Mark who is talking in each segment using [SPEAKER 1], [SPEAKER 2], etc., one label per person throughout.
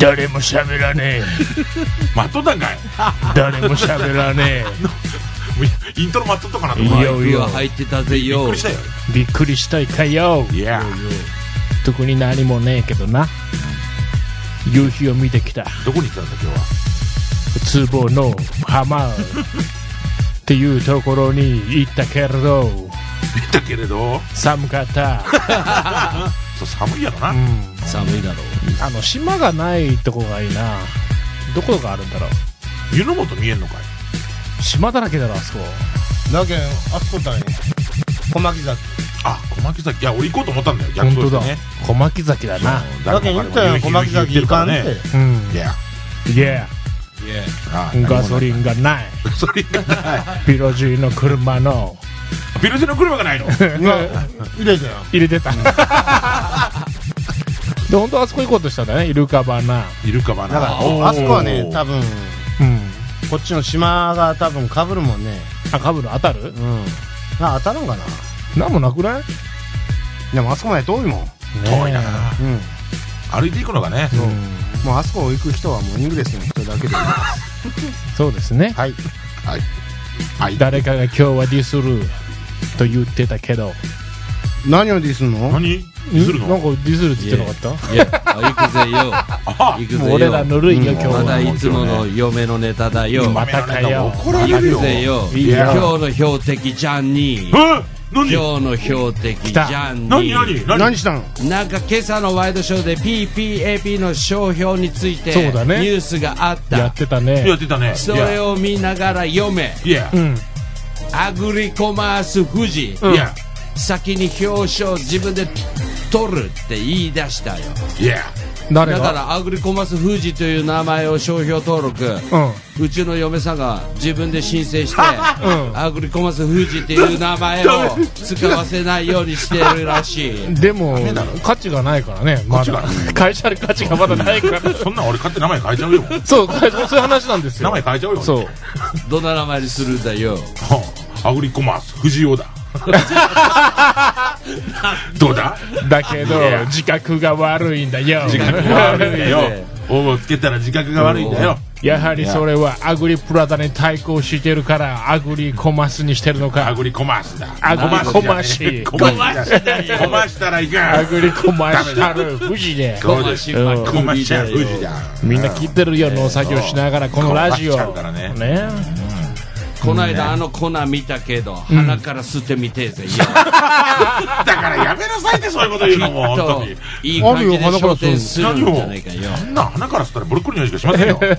[SPEAKER 1] 誰も喋らね
[SPEAKER 2] 待っとったんかい
[SPEAKER 1] え誰も喋らね
[SPEAKER 2] イントロ待っとったかなと
[SPEAKER 1] えい
[SPEAKER 2] 思っ
[SPEAKER 1] やよ
[SPEAKER 2] て
[SPEAKER 1] い
[SPEAKER 3] いや
[SPEAKER 1] や
[SPEAKER 3] 入ってたぜ
[SPEAKER 2] びっ
[SPEAKER 3] よ
[SPEAKER 2] くりしたよ
[SPEAKER 1] びっくりしたいかよ
[SPEAKER 2] いや
[SPEAKER 1] 特に何もねえけどな夕日を見てきた
[SPEAKER 2] どこに行ってたんだ今日は
[SPEAKER 1] 壺の浜っていうところに行ったけれど
[SPEAKER 2] 行ったけれど
[SPEAKER 1] 寒かった、
[SPEAKER 2] そう寒いやろな、
[SPEAKER 1] うん、
[SPEAKER 3] 寒いだろ
[SPEAKER 1] あの島がないとこがいいなどこがあるんだろう
[SPEAKER 2] 湯の元見えんのかい
[SPEAKER 1] 島だらけだろあそこ
[SPEAKER 4] だけんあそこだね小牧崎
[SPEAKER 2] あ小牧崎いや俺行こうと思ったんだよ逆
[SPEAKER 1] 本当
[SPEAKER 2] 走
[SPEAKER 1] だ
[SPEAKER 2] してね
[SPEAKER 1] 小牧崎だな
[SPEAKER 4] だけん言ったやん小牧崎行かんって
[SPEAKER 1] うん
[SPEAKER 2] いや
[SPEAKER 1] いや
[SPEAKER 3] いや
[SPEAKER 2] あ
[SPEAKER 1] ガソリ
[SPEAKER 2] ン
[SPEAKER 1] ンがない
[SPEAKER 2] ガソリンがない
[SPEAKER 1] ビロジーの車の
[SPEAKER 2] ビルジの車がないの
[SPEAKER 4] 入れたよ
[SPEAKER 1] 入れて たで本当はあそこ行こうとしたんだねイルカバナ
[SPEAKER 2] いるかばな
[SPEAKER 4] だからあそこはね多分
[SPEAKER 1] うん
[SPEAKER 4] こっちの島が多分かぶるもんね
[SPEAKER 1] あかぶる当たる
[SPEAKER 4] うんあ当たるんかな
[SPEAKER 1] なんもなくない
[SPEAKER 4] でもあそこまで遠いもん
[SPEAKER 2] 遠いな
[SPEAKER 4] うん
[SPEAKER 2] 歩いていくのがね
[SPEAKER 1] うん
[SPEAKER 4] もうあそこ行く人はもうイングレスの人だけで は
[SPEAKER 1] そうですね
[SPEAKER 4] い
[SPEAKER 2] はいはい
[SPEAKER 1] 誰かが今日はディスると言ってたけど
[SPEAKER 4] 何をディスんの
[SPEAKER 2] 何する
[SPEAKER 1] なん
[SPEAKER 2] の
[SPEAKER 1] かディスるって言ってなかっ
[SPEAKER 3] いや行くぜよ
[SPEAKER 2] あ
[SPEAKER 3] 行
[SPEAKER 1] た
[SPEAKER 3] くぜ
[SPEAKER 1] もう
[SPEAKER 3] よ
[SPEAKER 1] 俺らぬるいよ
[SPEAKER 4] うん
[SPEAKER 1] 今日
[SPEAKER 3] まだ
[SPEAKER 1] はい
[SPEAKER 3] つもの嫁のネタだよ
[SPEAKER 1] またかよ
[SPEAKER 2] 怒られる
[SPEAKER 3] 行
[SPEAKER 2] よ
[SPEAKER 3] くぜよ
[SPEAKER 1] いいよ
[SPEAKER 3] 今日の標的ジャンニー
[SPEAKER 2] え何
[SPEAKER 3] 今日の標的ジャンニ
[SPEAKER 2] 何
[SPEAKER 3] ー
[SPEAKER 2] 何
[SPEAKER 4] 何したの
[SPEAKER 3] なんか今朝のワイドショーで PPAP の商標について
[SPEAKER 1] そうだね
[SPEAKER 3] ニュースがあっ
[SPEAKER 1] や
[SPEAKER 3] た
[SPEAKER 1] ってた
[SPEAKER 2] や
[SPEAKER 1] ね
[SPEAKER 2] ってたね
[SPEAKER 3] それを見ながら読め
[SPEAKER 2] いや
[SPEAKER 1] うん
[SPEAKER 3] アグリコマース富士
[SPEAKER 2] いや
[SPEAKER 3] 先に表彰自分で取るって言い出したよ
[SPEAKER 2] いや
[SPEAKER 1] 誰
[SPEAKER 3] だ
[SPEAKER 1] が
[SPEAKER 3] からアグリコマース富士という名前を商標登録
[SPEAKER 1] うん
[SPEAKER 3] うちの嫁さんが自分で申請して
[SPEAKER 1] ん
[SPEAKER 3] アグリコマース富士っていう名前を使わせないようにしてるらしい
[SPEAKER 1] でも価値がないからねまだ
[SPEAKER 2] 価値
[SPEAKER 1] 会社に価値がまだないから
[SPEAKER 2] そんなん俺勝手に名前変えちゃうよ
[SPEAKER 1] そう会社そういう話なんですよ
[SPEAKER 2] 名前変えちゃうよ
[SPEAKER 1] そう
[SPEAKER 3] どんな名前にするんだよ
[SPEAKER 2] アグリコマース藤尾だどうだ
[SPEAKER 1] だけど
[SPEAKER 2] いや
[SPEAKER 1] 自覚が悪いんだよ
[SPEAKER 2] 自覚が悪いんだよ
[SPEAKER 3] ね
[SPEAKER 2] 応募つけたら自覚が悪いんだよ
[SPEAKER 1] やはりそれはアグリプラザに対抗してるからアグリコマスにしてるの
[SPEAKER 2] ア
[SPEAKER 1] か
[SPEAKER 2] グリコマースだ
[SPEAKER 1] アグリコマース
[SPEAKER 2] コマースだねコマースだらいか
[SPEAKER 1] ア
[SPEAKER 2] ん
[SPEAKER 1] グリコマーシャル富士で
[SPEAKER 2] そうです
[SPEAKER 3] コマーシャル
[SPEAKER 2] コマーシャル富士だ
[SPEAKER 1] みんな聞いてるよ農作業しながらこのラジオ
[SPEAKER 2] コマーシャルからね
[SPEAKER 1] ね
[SPEAKER 3] この間あの粉見たけど鼻から吸ってみてえぜよ
[SPEAKER 2] だからやめなさいってそういうこと言うのも本当に
[SPEAKER 3] いい感じで焦点するんじゃないかよ
[SPEAKER 2] そんな鼻から吸ったらブロッコリーの味しかしませんよ
[SPEAKER 4] いや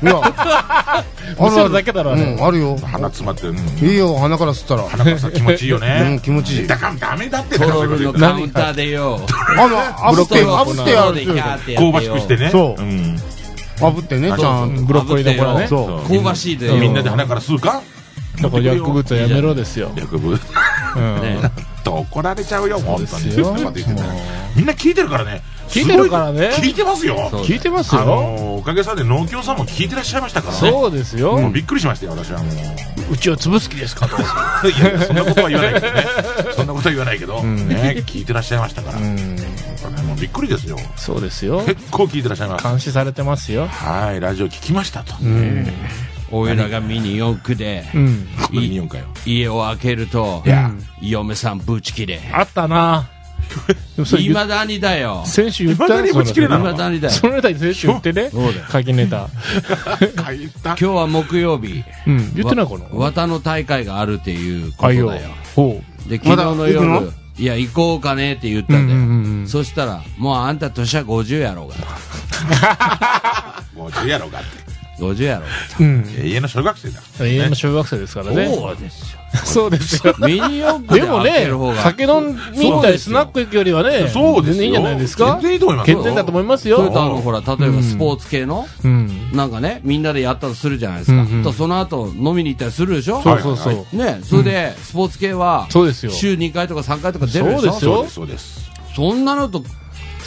[SPEAKER 1] 見せるだけだろあれ
[SPEAKER 4] うんあるよ
[SPEAKER 2] 鼻詰まってうん
[SPEAKER 4] いいよ鼻から吸ったら
[SPEAKER 2] 鼻からさ気持ちいいよ
[SPEAKER 4] う
[SPEAKER 2] ね
[SPEAKER 4] ん気持ちいい
[SPEAKER 2] だからダメだって
[SPEAKER 3] ト
[SPEAKER 2] だからそ
[SPEAKER 3] ロ
[SPEAKER 2] ういうこと
[SPEAKER 3] ー
[SPEAKER 2] 言
[SPEAKER 3] ルの
[SPEAKER 2] うから
[SPEAKER 3] カウンターでよ
[SPEAKER 4] あの炙って炙ってやる
[SPEAKER 3] ブロッコリーのカウンターでキャーってやって
[SPEAKER 2] 香
[SPEAKER 3] よ
[SPEAKER 2] ばしくしてね
[SPEAKER 4] そうん炙ってねちゃん
[SPEAKER 1] ブロッコリーのこれね
[SPEAKER 4] とそう
[SPEAKER 2] そう
[SPEAKER 3] 香ばしいでよ
[SPEAKER 2] みんなで鼻から吸うか
[SPEAKER 1] だから薬物はやめろですよ
[SPEAKER 2] 薬物
[SPEAKER 1] うん
[SPEAKER 2] と 怒られちゃうよ本当に
[SPEAKER 1] ですよ
[SPEAKER 2] そんなこと言ってたらみんな聞いてるからね
[SPEAKER 1] 聞いてるからね
[SPEAKER 2] すごい聞いてますよ
[SPEAKER 3] そう
[SPEAKER 1] 聞いてます
[SPEAKER 2] あ
[SPEAKER 1] よ
[SPEAKER 2] のーおかげさまで農協さんも聞いてらっしゃいましたからね
[SPEAKER 1] そうですよ
[SPEAKER 2] もうびっくりしましたよ私は もう
[SPEAKER 1] うちを潰す気ですかと
[SPEAKER 2] いやいやそんなことは言わないけどね そんなことは言わないけどね聞いてらっしゃいましたからもうびっくりですよ
[SPEAKER 1] そうですよ
[SPEAKER 2] 結構聞いてらっしゃいます
[SPEAKER 1] 監視されてますよ
[SPEAKER 2] はいラジオ聞きましたと
[SPEAKER 3] おいらがミニ四駆で
[SPEAKER 1] うん
[SPEAKER 2] これ見よ うかよ
[SPEAKER 3] 家を開けると
[SPEAKER 2] いや
[SPEAKER 3] 嫁さんブチ切れ
[SPEAKER 1] あった なでもそれ
[SPEAKER 3] い
[SPEAKER 1] 言っ
[SPEAKER 3] まだにだよ
[SPEAKER 1] 先週言った
[SPEAKER 2] 未だにぶち切れ
[SPEAKER 3] い
[SPEAKER 2] なの
[SPEAKER 3] まだにだよ
[SPEAKER 1] そのネタに先週言ってね
[SPEAKER 3] そうだよ
[SPEAKER 1] 書きネタ
[SPEAKER 2] 帰った
[SPEAKER 3] 今日は木曜日
[SPEAKER 1] うん言ってないかな
[SPEAKER 3] わ綿の大会があるっていうことだよ
[SPEAKER 1] ほ
[SPEAKER 3] で昨日の夜、
[SPEAKER 4] まだ行く
[SPEAKER 3] いや行こうかねって言ったんだよ、
[SPEAKER 1] うんうんうんうん
[SPEAKER 3] そしたらもうあんた年は50やろうが
[SPEAKER 2] もう10やろう かって
[SPEAKER 3] 50やろ
[SPEAKER 1] ううん
[SPEAKER 2] 永遠の小学生だ
[SPEAKER 1] 永遠の小学生ですから
[SPEAKER 3] うが
[SPEAKER 1] ね
[SPEAKER 3] うですよ
[SPEAKER 1] そうですよ
[SPEAKER 3] ミニ四駆
[SPEAKER 1] で
[SPEAKER 3] で
[SPEAKER 1] も
[SPEAKER 3] 開け
[SPEAKER 1] ね
[SPEAKER 3] る方が
[SPEAKER 1] 酒飲みに行ったりスナック行くよりはね
[SPEAKER 2] そう
[SPEAKER 1] 全
[SPEAKER 2] ですよ
[SPEAKER 1] 然いいんじゃないですか
[SPEAKER 2] 全然いいと思いますよ
[SPEAKER 1] 健全だと思います
[SPEAKER 3] それとあ
[SPEAKER 1] よ
[SPEAKER 3] のほら例えばスポーツ系の、
[SPEAKER 1] うん
[SPEAKER 3] なんかねみんなでやったとするじゃないですか、
[SPEAKER 1] うんうん
[SPEAKER 3] とその後飲みに行ったりするでしょ
[SPEAKER 1] そうそうそ
[SPEAKER 2] は
[SPEAKER 1] う
[SPEAKER 3] ねそれで、スポーツ系は
[SPEAKER 1] そうですよ
[SPEAKER 3] 週2回とか3回とか出るでしょ
[SPEAKER 1] そうですよ
[SPEAKER 2] そうですそうです
[SPEAKER 3] そんなのと、ね、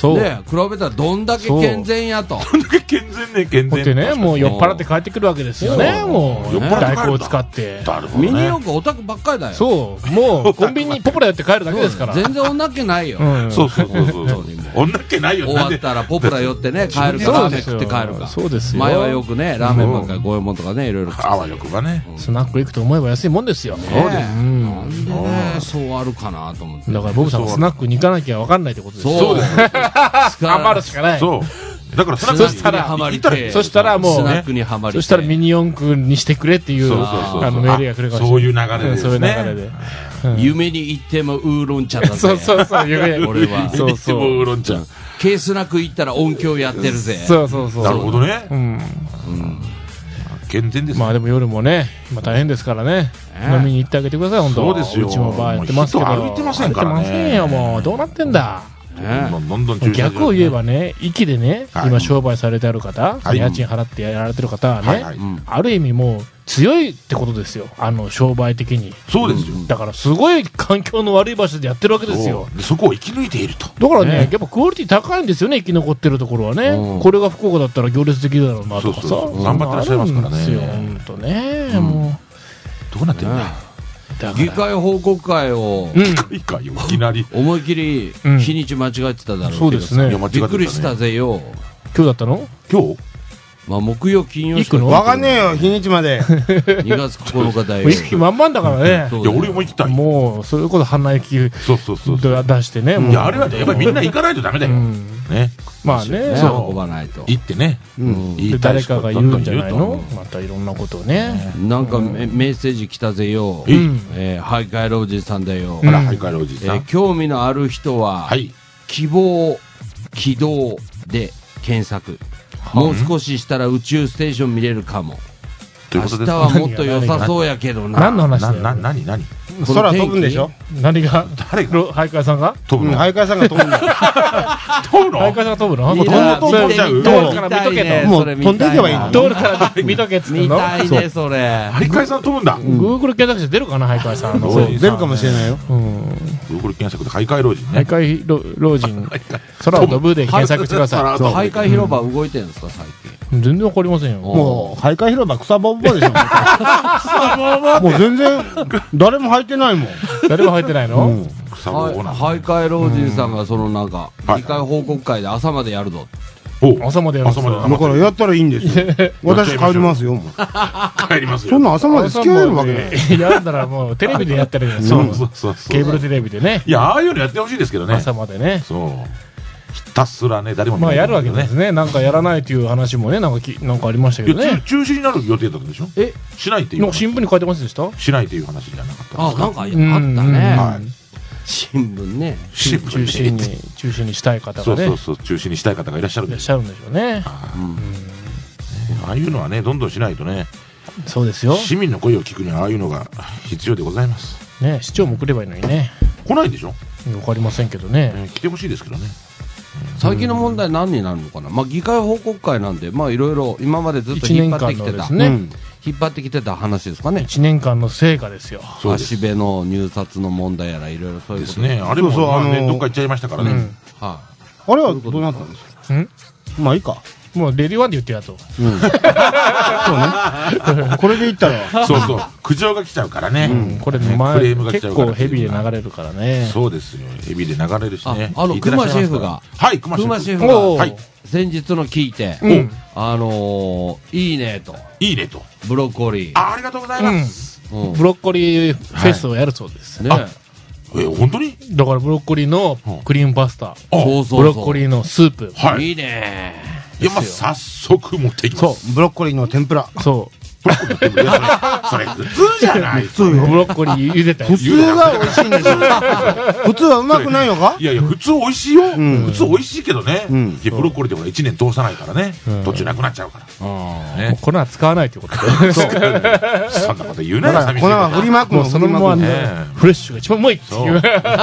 [SPEAKER 1] そう
[SPEAKER 3] 比べたらどんだけ健全やと
[SPEAKER 2] こんだけ健全ね健
[SPEAKER 1] ほっ
[SPEAKER 2] 全
[SPEAKER 1] てねもう酔っ払って帰ってくるわけですよねもう
[SPEAKER 2] 酔っ払って帰
[SPEAKER 1] 大
[SPEAKER 2] るんだ
[SPEAKER 1] 根を使って
[SPEAKER 2] なるほど
[SPEAKER 3] ミニ
[SPEAKER 2] ね
[SPEAKER 3] 四駆オタクばっかりだよ
[SPEAKER 1] そうもうコンビニポポラやって帰るだけですから
[SPEAKER 3] 全然女っ気ないよ、
[SPEAKER 1] うん
[SPEAKER 2] そうそうそうそう
[SPEAKER 3] 本当にもう
[SPEAKER 2] 女っ気ないよ
[SPEAKER 3] 終
[SPEAKER 2] な
[SPEAKER 3] わ
[SPEAKER 2] んで
[SPEAKER 3] ったらポプラ寄ってね、帰るか、
[SPEAKER 1] そ
[SPEAKER 3] ラ
[SPEAKER 1] う
[SPEAKER 3] ーメン
[SPEAKER 1] です
[SPEAKER 3] 食
[SPEAKER 1] よ
[SPEAKER 3] って帰るか。
[SPEAKER 1] そうですよ
[SPEAKER 3] 前はよくね、ラーメンばっかり、五右衛門とかね、いろいろ食ってた
[SPEAKER 2] あわよくばね。
[SPEAKER 1] スナック行くと思えば安いもんですよ。
[SPEAKER 3] ねなんでね、そうあるかなと思って。
[SPEAKER 1] だからボブさんがスナックに行かなきゃ分かんないってことですよ。
[SPEAKER 3] そうだよ。
[SPEAKER 1] 頑張るしかない。
[SPEAKER 2] そう。だからスナック
[SPEAKER 1] そ
[SPEAKER 2] に
[SPEAKER 1] したら
[SPEAKER 3] ハマり
[SPEAKER 2] 行
[SPEAKER 3] て。
[SPEAKER 2] っ
[SPEAKER 1] そしたらもう
[SPEAKER 3] スナックにはまりて。
[SPEAKER 1] そしたらミニ四駆にしてくれっていう
[SPEAKER 2] そうそうそう
[SPEAKER 1] あのメールが来るかもしれない。
[SPEAKER 2] あそういう流れです
[SPEAKER 1] う
[SPEAKER 2] ね
[SPEAKER 1] んそういう流れで。
[SPEAKER 3] 夢に行ってもウーロン茶だぜ。
[SPEAKER 1] そうそうそう、夢。
[SPEAKER 3] 俺
[SPEAKER 2] たら
[SPEAKER 3] は
[SPEAKER 1] そう
[SPEAKER 2] いつもウ
[SPEAKER 1] そう。
[SPEAKER 2] ーロン茶。
[SPEAKER 3] ケースなく行ったら音響やってるぜ。
[SPEAKER 1] そうそうそう。
[SPEAKER 2] なるほどね。
[SPEAKER 1] うん。
[SPEAKER 2] 健全ですね
[SPEAKER 1] まあでも夜もね、まあ大変ですからね。
[SPEAKER 3] ね
[SPEAKER 1] 飲みに行ってあげてください、本当
[SPEAKER 2] そうですよ
[SPEAKER 1] うちもバーやってますけど。
[SPEAKER 2] もう人歩いてませんからね
[SPEAKER 1] 歩いてませんよ、もう。どうなってんだ。
[SPEAKER 3] ね
[SPEAKER 2] どんどんどんどん駐車場
[SPEAKER 1] 逆を言えばね、息でね、
[SPEAKER 2] はい
[SPEAKER 1] 今商売されてある方、
[SPEAKER 2] はい
[SPEAKER 1] 家賃払ってやられてる方はね、
[SPEAKER 2] はいはい
[SPEAKER 3] うん
[SPEAKER 1] ある意味もう強いってことですよ。あの、商売的に。
[SPEAKER 2] そうですよ。
[SPEAKER 1] だからすごい環境の悪い場所でやってるわけですよ
[SPEAKER 2] そ。うでそこを生き抜いていると。
[SPEAKER 1] だからね
[SPEAKER 3] ね
[SPEAKER 1] やっぱクオリティ高いんですよね、生き残ってるところはね。
[SPEAKER 3] うん
[SPEAKER 1] これが福岡だったら行列できるだろうなとかさ。
[SPEAKER 2] そうそうそう頑張ってらっしゃいますからね
[SPEAKER 1] そうなんですよ、ほんとね。も
[SPEAKER 2] どうなってんだ
[SPEAKER 1] う。だか
[SPEAKER 3] 議
[SPEAKER 1] ら。
[SPEAKER 3] 会報告会を
[SPEAKER 2] いいかよ、いきなり。
[SPEAKER 3] 思い切り
[SPEAKER 1] うん
[SPEAKER 3] 日にち間違えてただろ
[SPEAKER 1] そう
[SPEAKER 3] け
[SPEAKER 1] で
[SPEAKER 3] ど
[SPEAKER 1] す
[SPEAKER 3] さ
[SPEAKER 1] ね。
[SPEAKER 2] いや
[SPEAKER 1] 今
[SPEAKER 2] 間違
[SPEAKER 3] びっくりした
[SPEAKER 2] ね。
[SPEAKER 3] ぜよ。
[SPEAKER 1] 日だったの
[SPEAKER 2] 今日
[SPEAKER 3] まあ木曜、金曜し
[SPEAKER 1] 行くの
[SPEAKER 4] わかんねえよ、日にちまで。
[SPEAKER 3] 2月9日だよ。
[SPEAKER 1] 行く気満々だからね。
[SPEAKER 2] いや、俺も行きたい。
[SPEAKER 1] もう、それこそ鼻息
[SPEAKER 2] そうそうそう。い
[SPEAKER 1] 出してね。もう
[SPEAKER 2] や、あれはね、やっぱりみんな行かないとダメだよ。ね。
[SPEAKER 1] まあね。
[SPEAKER 3] ね、
[SPEAKER 2] そう
[SPEAKER 3] 運ばないと。
[SPEAKER 2] 行ってね。言
[SPEAKER 1] で
[SPEAKER 2] いたい
[SPEAKER 1] 誰
[SPEAKER 2] 人
[SPEAKER 1] かが言うんじゃないのまたいろんなことをね。
[SPEAKER 3] なんかメメッセージ来たぜよ。
[SPEAKER 2] え
[SPEAKER 3] えー、徘徊老人さんだよ。
[SPEAKER 2] あら、ハイカイおじ
[SPEAKER 3] え
[SPEAKER 2] さ
[SPEAKER 3] ー
[SPEAKER 2] ん。
[SPEAKER 3] 興味のある人は、
[SPEAKER 2] はい。
[SPEAKER 3] 希望、起動で検索。もう少ししたら宇宙ステーション見れるかも。
[SPEAKER 2] という
[SPEAKER 3] 明
[SPEAKER 2] こと
[SPEAKER 3] 日
[SPEAKER 2] です。
[SPEAKER 3] はもっと良さそうやけどな。
[SPEAKER 1] 何の話
[SPEAKER 2] な、
[SPEAKER 1] だよ
[SPEAKER 2] な、なに、なに
[SPEAKER 3] この
[SPEAKER 4] 空
[SPEAKER 3] 天気
[SPEAKER 4] 飛ぶんでしょ
[SPEAKER 1] 何が
[SPEAKER 2] 誰が
[SPEAKER 1] ロハイカイさんが
[SPEAKER 2] 飛
[SPEAKER 4] う
[SPEAKER 2] ぶ
[SPEAKER 4] ん、
[SPEAKER 2] の
[SPEAKER 4] 徘徊さんが飛ぶんだ よ。
[SPEAKER 1] ハイカイさんが
[SPEAKER 2] 飛ぶの
[SPEAKER 1] 飛ぶの
[SPEAKER 3] 見
[SPEAKER 2] ど
[SPEAKER 3] た
[SPEAKER 2] んどん飛ん
[SPEAKER 3] 見
[SPEAKER 2] じゃ
[SPEAKER 1] ど
[SPEAKER 2] う
[SPEAKER 3] た
[SPEAKER 1] んどん
[SPEAKER 3] 見た
[SPEAKER 1] から見とけと
[SPEAKER 3] いね
[SPEAKER 4] もう
[SPEAKER 3] それ見た
[SPEAKER 4] 飛んでいけばいいの
[SPEAKER 1] ドールから見とけっつってん
[SPEAKER 3] 見
[SPEAKER 1] の
[SPEAKER 3] たい
[SPEAKER 1] そう
[SPEAKER 3] ね、それ。
[SPEAKER 2] ハイカイさん飛ぶんだ。
[SPEAKER 1] Google 検索して出るかな、ハイカイさんの。
[SPEAKER 2] そう
[SPEAKER 4] 出るかもしれないよ。
[SPEAKER 1] うん。
[SPEAKER 2] これ検索でハイカイ老人
[SPEAKER 1] ハ
[SPEAKER 2] ね
[SPEAKER 1] イ。カイ老老人、空を飛ぶで検索してくださ
[SPEAKER 2] そう
[SPEAKER 3] 徘徊広場動いてるんですか、最近。
[SPEAKER 1] い。全然わかりませんよ。
[SPEAKER 4] もう、徘徊広場草ぼんぼでしょ。もう全然、誰も履いてないもん。
[SPEAKER 1] 誰も入ってないの
[SPEAKER 2] 草
[SPEAKER 3] は
[SPEAKER 2] を
[SPEAKER 3] い
[SPEAKER 2] な。
[SPEAKER 3] 徘徊老人さんがそのなんか、
[SPEAKER 2] はい
[SPEAKER 3] 議会報告会で朝までやるぞ。
[SPEAKER 2] おう
[SPEAKER 1] 朝までやるんですよ
[SPEAKER 2] 朝ま
[SPEAKER 4] だからやったらいいんです よ。私帰りますよ。もう
[SPEAKER 2] で帰りますよ。
[SPEAKER 4] そんな朝まで付き合えるわけない。
[SPEAKER 1] い。やんだらもうテレビでやってるじゃないです
[SPEAKER 2] そう
[SPEAKER 1] か。
[SPEAKER 2] そうそうそう。
[SPEAKER 1] ケーブルテレビでね、
[SPEAKER 2] いや、ああいうのやってほしいですけどね。
[SPEAKER 1] 朝までね。
[SPEAKER 2] そう。ひたすらね、誰も見
[SPEAKER 1] ま
[SPEAKER 2] な
[SPEAKER 1] あ
[SPEAKER 2] い
[SPEAKER 1] やるわけですね。なんかやらないという話もね、なんかきなんかありました
[SPEAKER 2] い
[SPEAKER 1] け
[SPEAKER 2] や、
[SPEAKER 1] ど
[SPEAKER 2] 中
[SPEAKER 1] ね。
[SPEAKER 2] 中止になる予定だったんでしょ
[SPEAKER 3] え
[SPEAKER 2] しないっていう
[SPEAKER 1] なんか
[SPEAKER 2] 話。
[SPEAKER 1] 新聞に書いてますでした
[SPEAKER 2] しないっていう話じゃなかった。
[SPEAKER 3] あ、なんかあった
[SPEAKER 1] うん
[SPEAKER 3] ね。
[SPEAKER 1] うん
[SPEAKER 3] 新聞ね。
[SPEAKER 2] 新
[SPEAKER 1] 中
[SPEAKER 2] 聞
[SPEAKER 1] 心
[SPEAKER 2] に。
[SPEAKER 1] に、中心にしたい方
[SPEAKER 2] そ
[SPEAKER 1] がね、
[SPEAKER 2] うそう
[SPEAKER 1] い
[SPEAKER 2] そう、中止にしたい方がいらっしゃるん
[SPEAKER 1] らっ
[SPEAKER 2] で
[SPEAKER 1] し
[SPEAKER 2] す
[SPEAKER 1] ゃるんでしょうね。
[SPEAKER 2] ああいうのはね、どんどんしないとね、
[SPEAKER 1] そうですよ。
[SPEAKER 2] 市民の声を聞くにはああいうのが必要でございます。
[SPEAKER 1] ね、市長も来ればいいのにね。
[SPEAKER 2] 来ないでしょ
[SPEAKER 1] わかりませんけどね。
[SPEAKER 2] えー来てほしいですけどね。
[SPEAKER 3] 最近の問題何になるのかな。まあ議会報告会なんで、まあいろいろ今までずっと
[SPEAKER 1] 1年
[SPEAKER 3] 引っ張って
[SPEAKER 1] 間
[SPEAKER 3] き
[SPEAKER 1] の
[SPEAKER 3] て
[SPEAKER 1] で
[SPEAKER 3] た
[SPEAKER 1] す。ね、
[SPEAKER 3] 引っ張ってきてた話ですかね。
[SPEAKER 1] 1年間の成果ですよ。
[SPEAKER 2] そうです
[SPEAKER 3] 足部の入札の問題やらいろいろそういう
[SPEAKER 2] で
[SPEAKER 3] こ
[SPEAKER 2] す
[SPEAKER 3] とね。
[SPEAKER 2] ね。あれも、
[SPEAKER 4] そうそう
[SPEAKER 2] まあ
[SPEAKER 4] あ
[SPEAKER 2] ね、
[SPEAKER 4] の
[SPEAKER 2] どっか行っちゃいましたから
[SPEAKER 1] う
[SPEAKER 2] ね
[SPEAKER 1] ん。
[SPEAKER 3] は
[SPEAKER 4] あれはどうなったんですか
[SPEAKER 1] ん
[SPEAKER 4] まあいいか。
[SPEAKER 1] もうレディーワンで言ってやと。
[SPEAKER 4] これでいった ら、
[SPEAKER 2] そうそう。苦情が来ちゃうからね。
[SPEAKER 1] これ
[SPEAKER 2] ねクレ
[SPEAKER 1] 前
[SPEAKER 2] ームが来ち
[SPEAKER 1] 結
[SPEAKER 2] ゃうから
[SPEAKER 1] 構ヘビーで流れるからね。
[SPEAKER 2] そうですよ。エビで流れるしね。
[SPEAKER 3] ああの
[SPEAKER 2] いってらっしゃいます
[SPEAKER 3] 熊シェ
[SPEAKER 2] か
[SPEAKER 3] フ
[SPEAKER 2] らはい、
[SPEAKER 3] い。
[SPEAKER 2] 熊シェフ。
[SPEAKER 3] 熊シェフ
[SPEAKER 1] お
[SPEAKER 3] が
[SPEAKER 1] ー
[SPEAKER 2] はい
[SPEAKER 3] 先日の聞いて、
[SPEAKER 1] ん
[SPEAKER 3] あのー、いいねと、
[SPEAKER 2] いいねと。
[SPEAKER 3] ブロッコリー。
[SPEAKER 2] あありがとうございます。
[SPEAKER 3] うん
[SPEAKER 1] ブロッコリーフェスをやるそうです。
[SPEAKER 3] ね。
[SPEAKER 2] え、本当に
[SPEAKER 1] だからブロッコリーのクリームパスタ、
[SPEAKER 2] あ
[SPEAKER 3] そうそ
[SPEAKER 1] ブロ
[SPEAKER 3] う
[SPEAKER 1] ッコ
[SPEAKER 3] そ
[SPEAKER 1] リーのスープ、
[SPEAKER 2] は
[SPEAKER 3] う。
[SPEAKER 2] い。
[SPEAKER 3] いいね。
[SPEAKER 2] いや、まあ、早速持っていきます。
[SPEAKER 4] ブロッコリーの天ぷら。
[SPEAKER 1] そ
[SPEAKER 2] いやそれ、それ普通じゃない。
[SPEAKER 4] 普通
[SPEAKER 1] う、ブ
[SPEAKER 4] よ。
[SPEAKER 1] ロッコリー茹でたや
[SPEAKER 4] 普
[SPEAKER 1] つ。
[SPEAKER 4] 通が美味しいん でしょ。普通はうまくないのか
[SPEAKER 2] いやいや、普通美味しいよ。
[SPEAKER 4] ん
[SPEAKER 2] 普通美味しいけどね。
[SPEAKER 4] ん
[SPEAKER 2] いや、ブロッコリーでほら1年通さないからね。途中なくなっ ちゃうから。
[SPEAKER 1] もう粉は使わないってこと で。
[SPEAKER 2] そう。そんなこと言うな
[SPEAKER 4] だ
[SPEAKER 2] よ、
[SPEAKER 4] か
[SPEAKER 2] 寂
[SPEAKER 4] ら
[SPEAKER 2] しい
[SPEAKER 4] 粉
[SPEAKER 2] こ
[SPEAKER 4] は振りまく
[SPEAKER 1] もう
[SPEAKER 4] の
[SPEAKER 1] そのまま
[SPEAKER 4] 振
[SPEAKER 1] ね
[SPEAKER 4] りくの
[SPEAKER 2] ええ
[SPEAKER 1] フレッシュが一番うまいって
[SPEAKER 2] と。そ
[SPEAKER 1] い
[SPEAKER 2] う美
[SPEAKER 1] う
[SPEAKER 2] 味。しいそ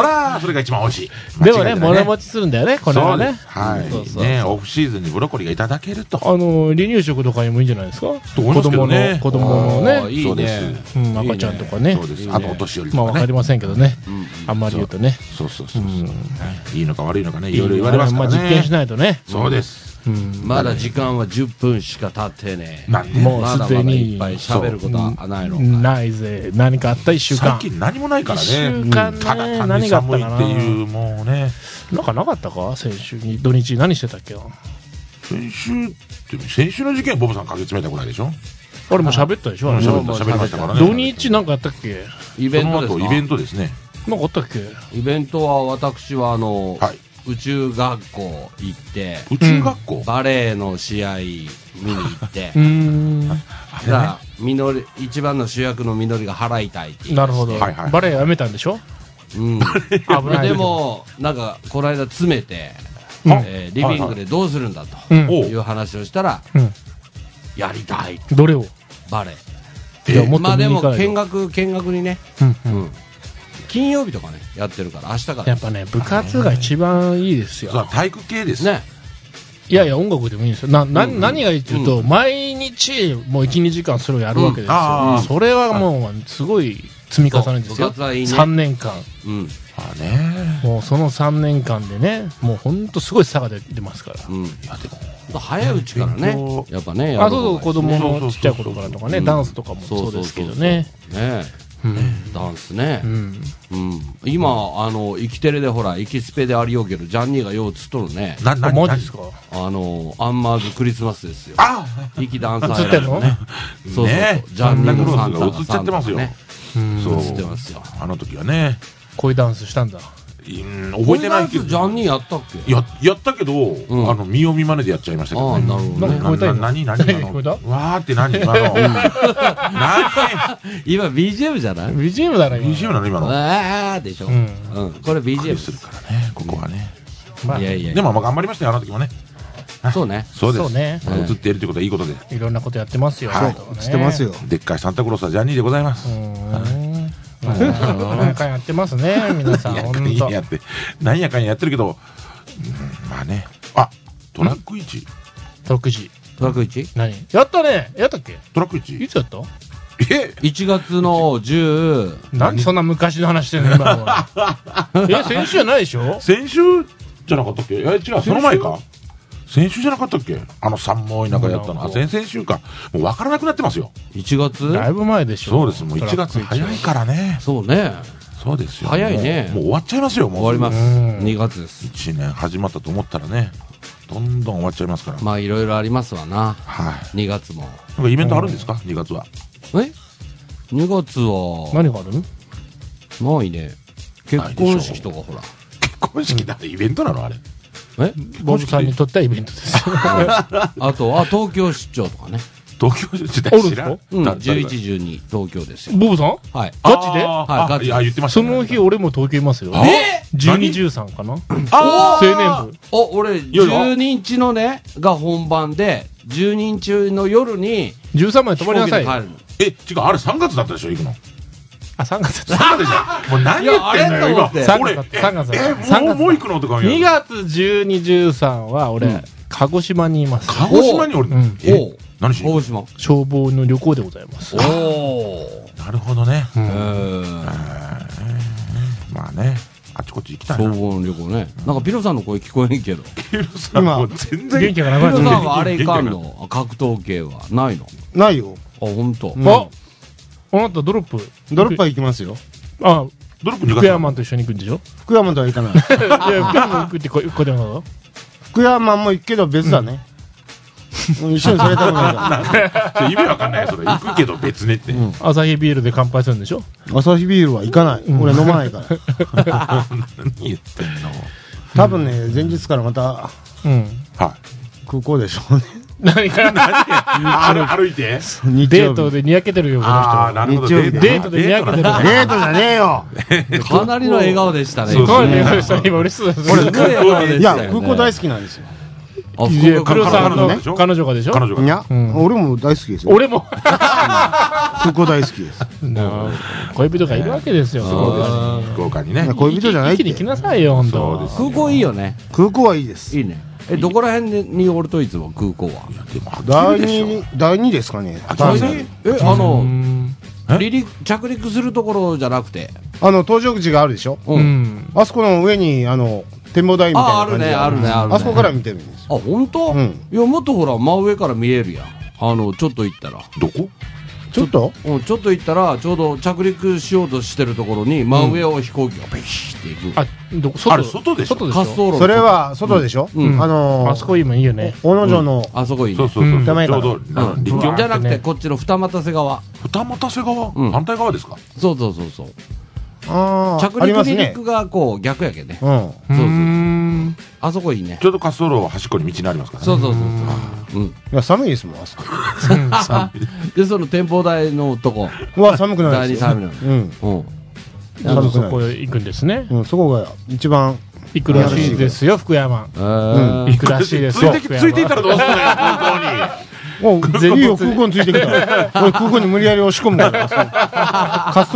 [SPEAKER 2] ら、それが一番美味し い。
[SPEAKER 1] でもね、
[SPEAKER 2] 間違
[SPEAKER 1] 物
[SPEAKER 2] いない
[SPEAKER 1] 持ちするんだよね、これ
[SPEAKER 2] そ
[SPEAKER 1] は
[SPEAKER 2] うで
[SPEAKER 1] ね
[SPEAKER 2] す。。はい。
[SPEAKER 1] そうそう
[SPEAKER 2] ねオフシーズンにブロッコリーがいただけると。
[SPEAKER 1] あの離乳食とかにもいいんじゃないですか
[SPEAKER 2] 思
[SPEAKER 1] 子
[SPEAKER 2] いますけど
[SPEAKER 1] 供
[SPEAKER 2] ね
[SPEAKER 1] の子供の
[SPEAKER 3] あー
[SPEAKER 1] ね、
[SPEAKER 3] い
[SPEAKER 2] そう
[SPEAKER 3] い
[SPEAKER 2] です
[SPEAKER 3] ね。
[SPEAKER 1] うん、赤ちゃんとかね
[SPEAKER 2] そうです。あとお年寄り
[SPEAKER 1] まあわ
[SPEAKER 2] とか
[SPEAKER 1] か
[SPEAKER 2] ね
[SPEAKER 1] り。ませんけどね、あんまり言うとね
[SPEAKER 2] そうそうそうそう。はいいいのか悪いのかね、いろいろ言われますから
[SPEAKER 1] あまあ実験し
[SPEAKER 2] ね。
[SPEAKER 1] ないとね
[SPEAKER 2] そうです。
[SPEAKER 1] うん
[SPEAKER 3] まだ時間は10分しか経ってねえ。
[SPEAKER 2] なんで
[SPEAKER 1] もう
[SPEAKER 3] まだ
[SPEAKER 1] す
[SPEAKER 3] ま
[SPEAKER 1] で
[SPEAKER 3] だい
[SPEAKER 1] に
[SPEAKER 3] っぱい喋ることはないのか。
[SPEAKER 1] ないぜ何かあった一週間
[SPEAKER 2] 最近何もないからね。
[SPEAKER 1] 一週間ね
[SPEAKER 2] うんただ単に
[SPEAKER 1] 何があった
[SPEAKER 2] 寒
[SPEAKER 1] か
[SPEAKER 2] い
[SPEAKER 1] な
[SPEAKER 2] っていう、もうね。
[SPEAKER 1] なんかなかったか先週に土日何してたっけな
[SPEAKER 2] 先週って、先週の事件はボブさん駆け詰めたぐらいでしょ
[SPEAKER 1] 俺もう喋ったでしょあれ
[SPEAKER 2] 喋っ
[SPEAKER 3] も
[SPEAKER 2] た
[SPEAKER 3] う
[SPEAKER 2] 喋りましたからね。
[SPEAKER 1] 土日なんかあったっけ
[SPEAKER 3] イベ
[SPEAKER 2] そ
[SPEAKER 3] ン
[SPEAKER 2] の
[SPEAKER 3] トです
[SPEAKER 2] 後、
[SPEAKER 3] か
[SPEAKER 2] イベントですね。
[SPEAKER 1] なんかあったっけ
[SPEAKER 3] イベントは私はあの、
[SPEAKER 2] はい
[SPEAKER 3] 宇宙学校行って、
[SPEAKER 2] 宇宙学校。
[SPEAKER 3] バレエの試合見に行って、
[SPEAKER 1] うーん
[SPEAKER 2] あ
[SPEAKER 3] だ
[SPEAKER 2] れね
[SPEAKER 3] から、みのり、一番の主役のみのりが払いたいって言い出して
[SPEAKER 1] なるほど、
[SPEAKER 2] はいはい
[SPEAKER 1] バレエやめたんでしょ
[SPEAKER 3] うん。
[SPEAKER 1] 危ない
[SPEAKER 3] でも、なんか、この間詰めて、
[SPEAKER 1] うん
[SPEAKER 3] えーリビングでどうするんだ
[SPEAKER 1] う
[SPEAKER 3] と
[SPEAKER 1] ん
[SPEAKER 2] お
[SPEAKER 3] いう話をしたら、
[SPEAKER 1] うん
[SPEAKER 3] やりたい、
[SPEAKER 1] どれを
[SPEAKER 3] バレエ。
[SPEAKER 1] いやもっと
[SPEAKER 3] まあで
[SPEAKER 1] 右
[SPEAKER 3] も
[SPEAKER 1] からよ
[SPEAKER 3] 見学、見学にね、
[SPEAKER 1] うん
[SPEAKER 3] うん金曜日とかね、やってるから、明日から
[SPEAKER 1] やっぱね部活が一番いいです
[SPEAKER 2] そう
[SPEAKER 1] よ
[SPEAKER 2] 体育系です。
[SPEAKER 3] ね。
[SPEAKER 1] いやいや音楽でもいいんですよなな、
[SPEAKER 3] うんうん
[SPEAKER 1] 何がいいっていうと、毎日もう12時間それをやるわけですよ、
[SPEAKER 2] うんあー
[SPEAKER 1] それはもうすごい積み重ねです
[SPEAKER 3] そう部
[SPEAKER 1] よ、
[SPEAKER 3] 活はいいね
[SPEAKER 1] 3年間
[SPEAKER 3] うん。
[SPEAKER 2] まあね。
[SPEAKER 1] もうその3年間でねもうほんとすごい差が出てますから
[SPEAKER 3] うん。
[SPEAKER 2] いや、でも、
[SPEAKER 3] 早いうちから
[SPEAKER 2] 勉強
[SPEAKER 3] ね。やっぱね、
[SPEAKER 1] あそうそう子供
[SPEAKER 2] そうそうそ
[SPEAKER 1] の
[SPEAKER 2] う
[SPEAKER 1] ちっちゃい頃からとかね、
[SPEAKER 3] うん
[SPEAKER 1] ダンスとかもそうですけどね。
[SPEAKER 3] そうそうそうね
[SPEAKER 1] うん
[SPEAKER 3] ダンスね
[SPEAKER 1] う。ん
[SPEAKER 3] うん。今、あの、生きテレでほら、生きスペでありようけど、ジャンニーがようつっとるね。
[SPEAKER 2] な、な、
[SPEAKER 1] あマジです
[SPEAKER 2] か
[SPEAKER 1] か
[SPEAKER 3] あの、アンマーズクリスマスですよ。
[SPEAKER 2] あ
[SPEAKER 3] 生きダンス
[SPEAKER 1] 映ってんの
[SPEAKER 3] そうそうそう
[SPEAKER 2] ね
[SPEAKER 3] ジャンニーの
[SPEAKER 2] サ
[SPEAKER 3] サ
[SPEAKER 2] ン
[SPEAKER 3] ン
[SPEAKER 2] タクロース
[SPEAKER 3] タが
[SPEAKER 2] が映っちゃってますよ
[SPEAKER 3] サンタがね
[SPEAKER 1] うん
[SPEAKER 2] そう
[SPEAKER 3] 映ってますよ。
[SPEAKER 2] あの時はね、
[SPEAKER 1] こういうダンスしたんだ
[SPEAKER 2] うん覚えてないけ
[SPEAKER 3] こんやつジャン
[SPEAKER 2] ど。
[SPEAKER 3] ニーやったっけ
[SPEAKER 2] や、やったけど、
[SPEAKER 3] ん
[SPEAKER 2] あの、身を見まねでやっちゃいましたけ
[SPEAKER 3] あ
[SPEAKER 2] ど
[SPEAKER 3] あ、
[SPEAKER 2] ね。
[SPEAKER 3] なるほど
[SPEAKER 1] なん
[SPEAKER 3] ね
[SPEAKER 1] か。聞こえた今
[SPEAKER 2] な何何
[SPEAKER 1] 何
[SPEAKER 2] あ の
[SPEAKER 1] 聞こえた
[SPEAKER 2] わーって何今 の。何
[SPEAKER 3] 今 BGM じゃない
[SPEAKER 1] BGM だな今
[SPEAKER 2] ?BGM なの今の。
[SPEAKER 3] ああでしょ。
[SPEAKER 1] う
[SPEAKER 3] うんん。これ
[SPEAKER 2] で
[SPEAKER 3] BGM
[SPEAKER 2] するからね、ここはね。
[SPEAKER 1] まあ
[SPEAKER 3] いやいや。
[SPEAKER 2] でも、まあ、頑張りましたよ、あの時もね。
[SPEAKER 3] そうね。
[SPEAKER 2] そうです。
[SPEAKER 1] そうね
[SPEAKER 2] まあ映っているということはいいことで。
[SPEAKER 1] いろんなことやってますよ、
[SPEAKER 2] はい
[SPEAKER 1] 本当ね
[SPEAKER 4] してますよ。
[SPEAKER 2] でっかいサンタクロースはジャニーでございます
[SPEAKER 1] う。んなんかやってますね皆さん
[SPEAKER 2] や
[SPEAKER 1] 本
[SPEAKER 2] かん
[SPEAKER 1] 当
[SPEAKER 2] やって、なんやかんやってるけど、うんまあね。あ、トラック1。
[SPEAKER 1] 6時
[SPEAKER 3] トラック 1?
[SPEAKER 1] 何やったねやったっけ
[SPEAKER 2] トラック
[SPEAKER 1] い
[SPEAKER 2] 1?
[SPEAKER 1] つやった
[SPEAKER 2] え
[SPEAKER 3] 1月の10、
[SPEAKER 1] なんでそんな昔の話して んの今のえ先週じゃないでしょ
[SPEAKER 2] 先週じゃなかったっけいや、違う、その前か。先週じゃなかったっけあの三毛い中やったの。あ、先々週か。もう分からなくなってますよ。
[SPEAKER 3] 1
[SPEAKER 1] だい
[SPEAKER 3] 月
[SPEAKER 1] ぶ前でしょ
[SPEAKER 2] そうです。もう1
[SPEAKER 1] トラッ
[SPEAKER 2] 月
[SPEAKER 1] ク
[SPEAKER 2] 早いからね。
[SPEAKER 3] そうね。
[SPEAKER 2] そうですよ。
[SPEAKER 3] 早い
[SPEAKER 2] も
[SPEAKER 3] ね
[SPEAKER 2] うもう終わっちゃいますよ、もう。
[SPEAKER 3] 終わります。
[SPEAKER 1] うん
[SPEAKER 3] 2月です。
[SPEAKER 2] 1年始まったと思ったらね、どんどん終わっちゃいますから。
[SPEAKER 3] まあ、いろいろありますわな。
[SPEAKER 2] はい。
[SPEAKER 3] 2月も。
[SPEAKER 2] なんかイベントあるんですか ?2 月は。
[SPEAKER 3] え ?2 月は、
[SPEAKER 1] 何がある
[SPEAKER 3] ないね。結婚式とかほら。
[SPEAKER 2] 結婚式だってイベントなのあれ。
[SPEAKER 3] え
[SPEAKER 1] ボブさんにとってはイベントですよ
[SPEAKER 3] あと、あ、東京出張とかね。
[SPEAKER 2] 東京時代知
[SPEAKER 1] あ
[SPEAKER 2] ら
[SPEAKER 1] るん
[SPEAKER 2] ん
[SPEAKER 1] で。
[SPEAKER 3] うん、
[SPEAKER 2] だ
[SPEAKER 3] 11、時に東京ですよ。
[SPEAKER 1] ボブさん
[SPEAKER 3] はい。
[SPEAKER 1] ガチで
[SPEAKER 2] あー
[SPEAKER 3] はいガ
[SPEAKER 2] あ
[SPEAKER 3] チ
[SPEAKER 2] いや、言ってました
[SPEAKER 1] そ
[SPEAKER 2] ね。
[SPEAKER 1] の日俺も東京いますよ
[SPEAKER 2] あ何
[SPEAKER 1] 1213かな
[SPEAKER 2] あ
[SPEAKER 1] 青年部
[SPEAKER 3] お、俺、
[SPEAKER 2] よいよ
[SPEAKER 3] 12日のね、が本番で、12日の夜に、
[SPEAKER 1] 13まで泊ま
[SPEAKER 3] 飛行
[SPEAKER 1] りな
[SPEAKER 3] 機
[SPEAKER 1] さ
[SPEAKER 3] で
[SPEAKER 1] い
[SPEAKER 3] 帰
[SPEAKER 1] あ
[SPEAKER 3] るの。
[SPEAKER 2] え、違う、あれ3月だったでしょ、行くの。
[SPEAKER 1] 3月 だっ
[SPEAKER 2] 3月じゃん。もう何言ってんのよ、
[SPEAKER 3] いやあ
[SPEAKER 2] 今。
[SPEAKER 3] れ
[SPEAKER 1] と思
[SPEAKER 2] 俺
[SPEAKER 1] って、三月だ
[SPEAKER 2] え、
[SPEAKER 1] 三月だ
[SPEAKER 2] えもう、もう行くのとか
[SPEAKER 1] た2
[SPEAKER 2] 月。
[SPEAKER 1] 月1213は俺鹿児島にいます
[SPEAKER 2] 鹿児島に俺
[SPEAKER 1] おうん、
[SPEAKER 2] え
[SPEAKER 3] おう
[SPEAKER 2] 何しに
[SPEAKER 3] 大島。
[SPEAKER 1] 消防の旅行でございます
[SPEAKER 3] お
[SPEAKER 2] なるほどね。
[SPEAKER 3] ー。えー
[SPEAKER 2] まあね、あちこち行きたい
[SPEAKER 3] 消
[SPEAKER 2] な。
[SPEAKER 3] 防の旅行ね。なんかピロさんの声聞こえんけ ど。ピ
[SPEAKER 2] さ
[SPEAKER 4] 今
[SPEAKER 2] もう全然
[SPEAKER 1] 元気がなくな
[SPEAKER 3] ロ
[SPEAKER 1] っ
[SPEAKER 3] さ
[SPEAKER 1] ちゃ
[SPEAKER 3] ん
[SPEAKER 1] っ
[SPEAKER 3] はあれいかんのあ格闘系は。ないのあ、
[SPEAKER 4] ないよ。
[SPEAKER 3] ほんと。
[SPEAKER 1] たああなたドロップ
[SPEAKER 4] ドロッパー行きますよ。
[SPEAKER 1] あ
[SPEAKER 2] ドロップ2
[SPEAKER 1] 福
[SPEAKER 2] 月
[SPEAKER 1] 山と一緒に行くんでしょ
[SPEAKER 4] 福山とは行かない。
[SPEAKER 1] いや福山行くってここでも
[SPEAKER 4] 福山も行くけど別だね。うん一緒にされたくないか
[SPEAKER 2] そう意味わかんないよそれ。行くけど別ねって。
[SPEAKER 1] 朝日ビールで乾杯するんでしょ
[SPEAKER 4] ら。朝日ビールは行かない。俺飲まないから。
[SPEAKER 2] 何言ってんの
[SPEAKER 4] 多分ね、前日からまた
[SPEAKER 1] うん
[SPEAKER 2] はい。
[SPEAKER 4] 空港でしょうね。
[SPEAKER 1] 何か
[SPEAKER 2] 歩歩いて
[SPEAKER 4] 日
[SPEAKER 1] デー
[SPEAKER 4] 曜
[SPEAKER 1] ト
[SPEAKER 4] 日
[SPEAKER 1] でにやけてるよこ
[SPEAKER 2] あ
[SPEAKER 1] の
[SPEAKER 2] あ、なるほど。
[SPEAKER 4] 日曜日
[SPEAKER 1] デートでにやけてる
[SPEAKER 2] デートなんだ
[SPEAKER 4] デートじゃねえよ
[SPEAKER 3] かなりの笑顔でしたね。
[SPEAKER 2] そう
[SPEAKER 1] 人
[SPEAKER 2] そ
[SPEAKER 1] そ
[SPEAKER 2] う
[SPEAKER 1] うですね今嬉しそうです
[SPEAKER 3] すごい笑顔でしたよね
[SPEAKER 4] いや、空港大好きなんですよ。
[SPEAKER 3] あ
[SPEAKER 1] いや
[SPEAKER 3] 福
[SPEAKER 1] 黒
[SPEAKER 3] 岡
[SPEAKER 1] さ
[SPEAKER 3] か
[SPEAKER 1] ん
[SPEAKER 3] ら
[SPEAKER 2] 彼女でし
[SPEAKER 1] の
[SPEAKER 2] ょ
[SPEAKER 1] 彼女がでしょ
[SPEAKER 2] 彼女が。
[SPEAKER 4] いや、俺も大好きですよ。
[SPEAKER 1] 俺も
[SPEAKER 4] 空港大好きです。
[SPEAKER 1] な恋人がいるわけですよ。
[SPEAKER 3] あー
[SPEAKER 2] 福岡にね。
[SPEAKER 4] 恋人じゃないっ
[SPEAKER 1] 一気に
[SPEAKER 4] て
[SPEAKER 1] 来。なさいよ、本
[SPEAKER 2] そう
[SPEAKER 1] 当
[SPEAKER 2] です。
[SPEAKER 3] 空港いいよね。
[SPEAKER 4] 空港はいいです。
[SPEAKER 3] いいね。え、どこら辺でにおるといつも空港は。
[SPEAKER 2] でも
[SPEAKER 4] 第
[SPEAKER 2] 秋でしょ
[SPEAKER 4] 二、第二ですかね。
[SPEAKER 2] 秋
[SPEAKER 4] ターミナル
[SPEAKER 2] ね
[SPEAKER 3] え、あの、
[SPEAKER 2] え
[SPEAKER 3] 離陸、着陸するところじゃなくて。
[SPEAKER 4] あの、搭乗口があるでしょ
[SPEAKER 3] う。
[SPEAKER 1] うんん。
[SPEAKER 4] あそこの上に、あの、展望台みたいな
[SPEAKER 3] ああ
[SPEAKER 4] 感
[SPEAKER 3] る
[SPEAKER 4] じ
[SPEAKER 3] ね
[SPEAKER 4] で
[SPEAKER 3] あるねあるね
[SPEAKER 4] あそこから見てるんですよ
[SPEAKER 3] あ本当、
[SPEAKER 4] うん
[SPEAKER 3] いやもっとほら真上から見えるやんあのちょっと行ったら、
[SPEAKER 2] どこ
[SPEAKER 4] ちょっと
[SPEAKER 3] うん、ちょっと行ったらちょうど着陸しようとしてるところに真上を飛行機がビシッて行く、
[SPEAKER 1] あ、どこ外
[SPEAKER 2] あれ外でしょ
[SPEAKER 1] 外でしょ
[SPEAKER 3] 滑走路の
[SPEAKER 4] それは外でしょ、
[SPEAKER 3] うん
[SPEAKER 4] あのー、
[SPEAKER 1] あそこ今いいよね。
[SPEAKER 4] 大野城の、
[SPEAKER 3] あそこいい
[SPEAKER 2] そ
[SPEAKER 3] ね
[SPEAKER 2] うそうそうう。
[SPEAKER 1] ん
[SPEAKER 2] ち
[SPEAKER 4] ダメか
[SPEAKER 2] ょ
[SPEAKER 4] な
[SPEAKER 2] うど、な
[SPEAKER 3] うん
[SPEAKER 2] 立
[SPEAKER 1] うわ
[SPEAKER 2] 教
[SPEAKER 1] ー
[SPEAKER 3] じゃなくてこっちの二股瀬川
[SPEAKER 2] 二俣瀬川、
[SPEAKER 3] うん
[SPEAKER 2] 反対側ですか
[SPEAKER 3] そうそうそうそう
[SPEAKER 4] ああ
[SPEAKER 3] 着
[SPEAKER 4] あり
[SPEAKER 3] 陸
[SPEAKER 4] ます
[SPEAKER 3] 離
[SPEAKER 4] ね
[SPEAKER 3] 陸がこう逆やけんね
[SPEAKER 4] うん
[SPEAKER 3] そうそうそう
[SPEAKER 1] ーん
[SPEAKER 3] あそこいいね
[SPEAKER 2] ちょうど滑走路端っこに道にありますからね。
[SPEAKER 3] そうそうそうそううん
[SPEAKER 4] いや寒いですもんあそこ
[SPEAKER 3] あでその展望台のとこ
[SPEAKER 4] うわ寒くない
[SPEAKER 3] 第
[SPEAKER 4] で
[SPEAKER 3] 二
[SPEAKER 4] すよ
[SPEAKER 3] ターミナル
[SPEAKER 4] うん
[SPEAKER 3] うん
[SPEAKER 1] あの
[SPEAKER 4] 寒く
[SPEAKER 1] そ
[SPEAKER 4] ない
[SPEAKER 1] こへ行くんですね。
[SPEAKER 4] うん、そこが一番
[SPEAKER 1] 行くらしいですよ、福山。
[SPEAKER 3] えー
[SPEAKER 1] 行くらしいですよ。
[SPEAKER 2] ついてきついていたらどうすんのよ、本
[SPEAKER 4] おいいよ空港についてきた俺空港に無理やり押し込むからあそ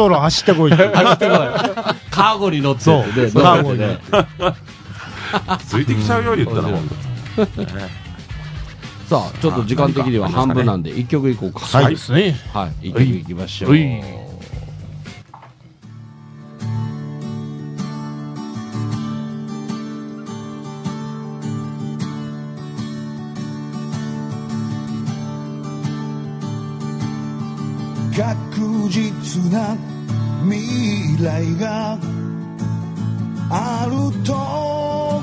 [SPEAKER 4] こ滑走路走ってこいって
[SPEAKER 3] あすごいカーゴに乗って
[SPEAKER 4] そう
[SPEAKER 3] てね
[SPEAKER 4] カーゴに
[SPEAKER 3] 乗
[SPEAKER 4] 乗
[SPEAKER 3] っ
[SPEAKER 4] って
[SPEAKER 3] て
[SPEAKER 2] 当に。ついてきちゃうよ、言ったら、本
[SPEAKER 3] さあちょっと時間的には半分なんで一曲いこうか
[SPEAKER 1] はいですね。
[SPEAKER 3] はい一曲いきましょう
[SPEAKER 1] はい
[SPEAKER 5] 確実な未来があると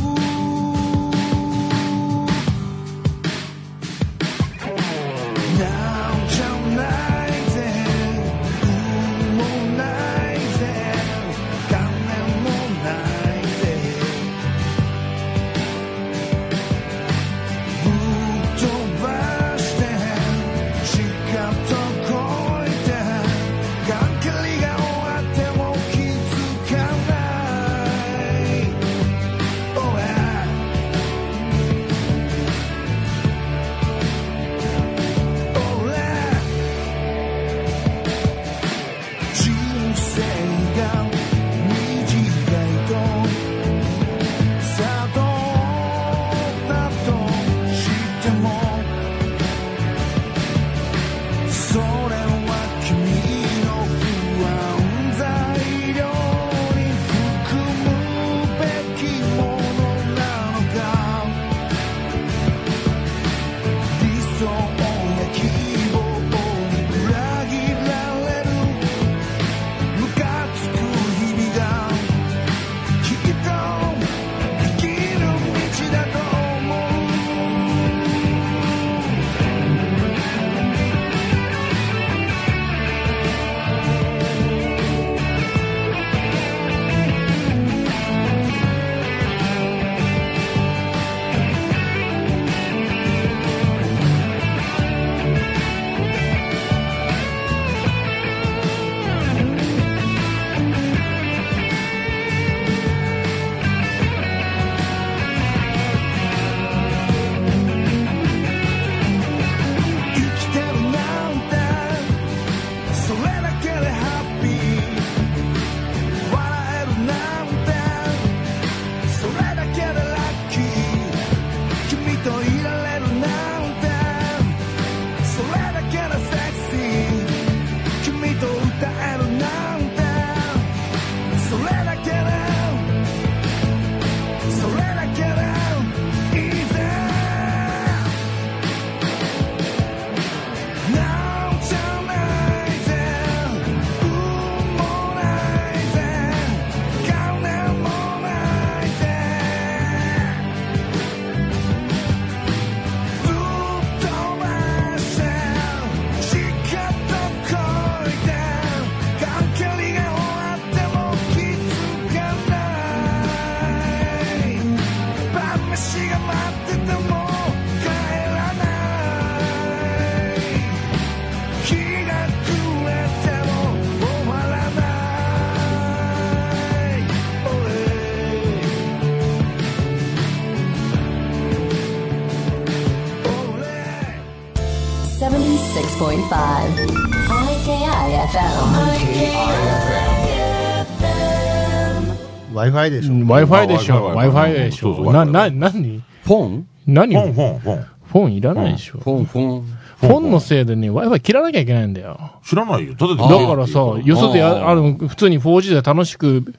[SPEAKER 5] うなんじゃないぜ運もないぜ金もないぜぶっ飛ばしてしかとこいて眼距離が終わっても気づかない
[SPEAKER 6] 101.5 IKIFM.
[SPEAKER 4] Wi-Fi でしょ。
[SPEAKER 1] Wi-Fi でしょ、
[SPEAKER 2] まあ Wi-Fi
[SPEAKER 1] Wi-Fi でし
[SPEAKER 2] そうそ
[SPEAKER 1] ょ。
[SPEAKER 2] う
[SPEAKER 1] な、
[SPEAKER 2] Wi-Fi
[SPEAKER 1] な、何
[SPEAKER 3] フォン
[SPEAKER 1] 何
[SPEAKER 2] フォンフォンフォン。
[SPEAKER 1] フォンいらないでしょ。
[SPEAKER 3] フォンフォン。
[SPEAKER 1] フォンのせいでね、Wi-Fi 切らなきゃいけないんだよ。
[SPEAKER 2] 知らないよ。ただ
[SPEAKER 1] だからさ、よそでや
[SPEAKER 3] あー
[SPEAKER 1] あの、普通に 4G で楽しく、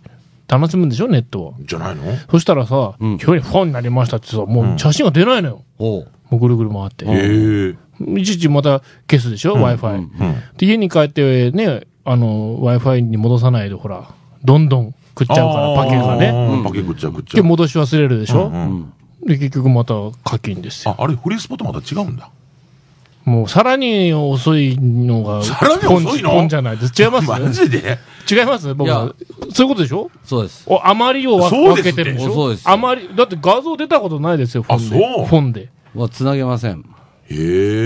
[SPEAKER 1] 楽しむんでしょ、ネットを。
[SPEAKER 2] じゃないの
[SPEAKER 1] そしたらさ、
[SPEAKER 3] うん
[SPEAKER 1] 急にフォンになりましたってさ、も
[SPEAKER 2] う
[SPEAKER 1] うん写真が出ないのよ。
[SPEAKER 3] おう
[SPEAKER 1] もうぐるぐる回って。
[SPEAKER 2] へえ。
[SPEAKER 1] いちいちまた消すでしょ、Wi-Fi、
[SPEAKER 2] うん。
[SPEAKER 1] で、家に帰ってね、あの、Wi-Fi に戻さないと、ほら、どんどん食っちゃうから、パケがね。
[SPEAKER 2] ね
[SPEAKER 3] うん
[SPEAKER 2] パケ食っちゃう食っちゃ
[SPEAKER 1] で、
[SPEAKER 2] う。
[SPEAKER 1] 戻し忘れるでしょ、
[SPEAKER 2] うんうん
[SPEAKER 1] で、結局また課金ですよ。
[SPEAKER 2] あ、あれ、フリースポットまた違うんだ。
[SPEAKER 1] もう、さらに遅いのが、
[SPEAKER 2] さらに遅いの
[SPEAKER 1] ポンポンじゃないです。違います
[SPEAKER 2] マジで
[SPEAKER 1] 違います僕
[SPEAKER 3] いや
[SPEAKER 1] そういうことでしょ
[SPEAKER 3] そうです。
[SPEAKER 1] お、あまりをわ
[SPEAKER 2] そう
[SPEAKER 1] 分
[SPEAKER 2] です
[SPEAKER 1] けて
[SPEAKER 2] ね
[SPEAKER 1] るでしょ
[SPEAKER 3] そうです
[SPEAKER 1] あまり、だって画像出たことないですよ、フォンで。
[SPEAKER 2] あそう
[SPEAKER 1] フォンで。
[SPEAKER 3] もう繋げません。
[SPEAKER 2] へ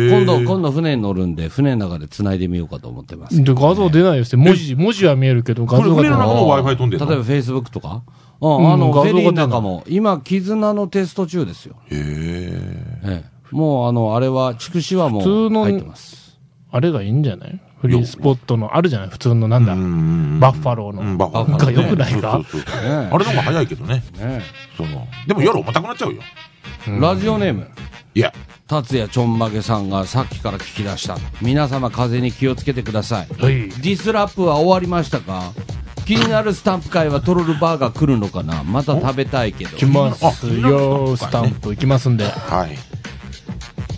[SPEAKER 2] え。
[SPEAKER 3] 今度、今度船に乗るんで、船の中で繋いでみようかと思ってます。
[SPEAKER 1] で画像出ないですよ。文字、文字は見えるけど、画像
[SPEAKER 2] こ
[SPEAKER 1] が
[SPEAKER 2] れ
[SPEAKER 1] 出
[SPEAKER 2] 船の
[SPEAKER 1] ない
[SPEAKER 2] 中。も Wi-Fi 飛んで
[SPEAKER 3] 例
[SPEAKER 2] る
[SPEAKER 3] えば
[SPEAKER 2] の
[SPEAKER 3] Facebook とか。うん、あ
[SPEAKER 1] う
[SPEAKER 3] の、
[SPEAKER 1] ん画像が
[SPEAKER 3] フェリーの中も、今、絆のテスト中ですよ。
[SPEAKER 2] へえ。
[SPEAKER 3] ええもう、あの、あれは、筑紫はも
[SPEAKER 1] 普
[SPEAKER 3] う
[SPEAKER 1] 通の
[SPEAKER 3] 入ってます。
[SPEAKER 1] あれがいいんじゃないフリースポットの、あるじゃない普通のなんだ。
[SPEAKER 2] うん
[SPEAKER 1] バッファローの。
[SPEAKER 2] うんバカだね
[SPEAKER 1] が良くないか
[SPEAKER 2] そうそうそう
[SPEAKER 3] ねえ
[SPEAKER 2] あれの方が早いけどね。
[SPEAKER 3] ね
[SPEAKER 2] その、でも夜重たくなっちゃうよ。
[SPEAKER 3] えラジオネーム、
[SPEAKER 2] いや、
[SPEAKER 3] 達也ちょんまげさんがさっきから聞き出した。皆様、風邪に気をつけてください。
[SPEAKER 1] はい。
[SPEAKER 3] ディスラップは終わりましたか気になるスタンプ会はトロルバーガー来るのかなまた食べたいけど
[SPEAKER 1] 来。ますよ、スタンプ行きますんで。
[SPEAKER 2] はい。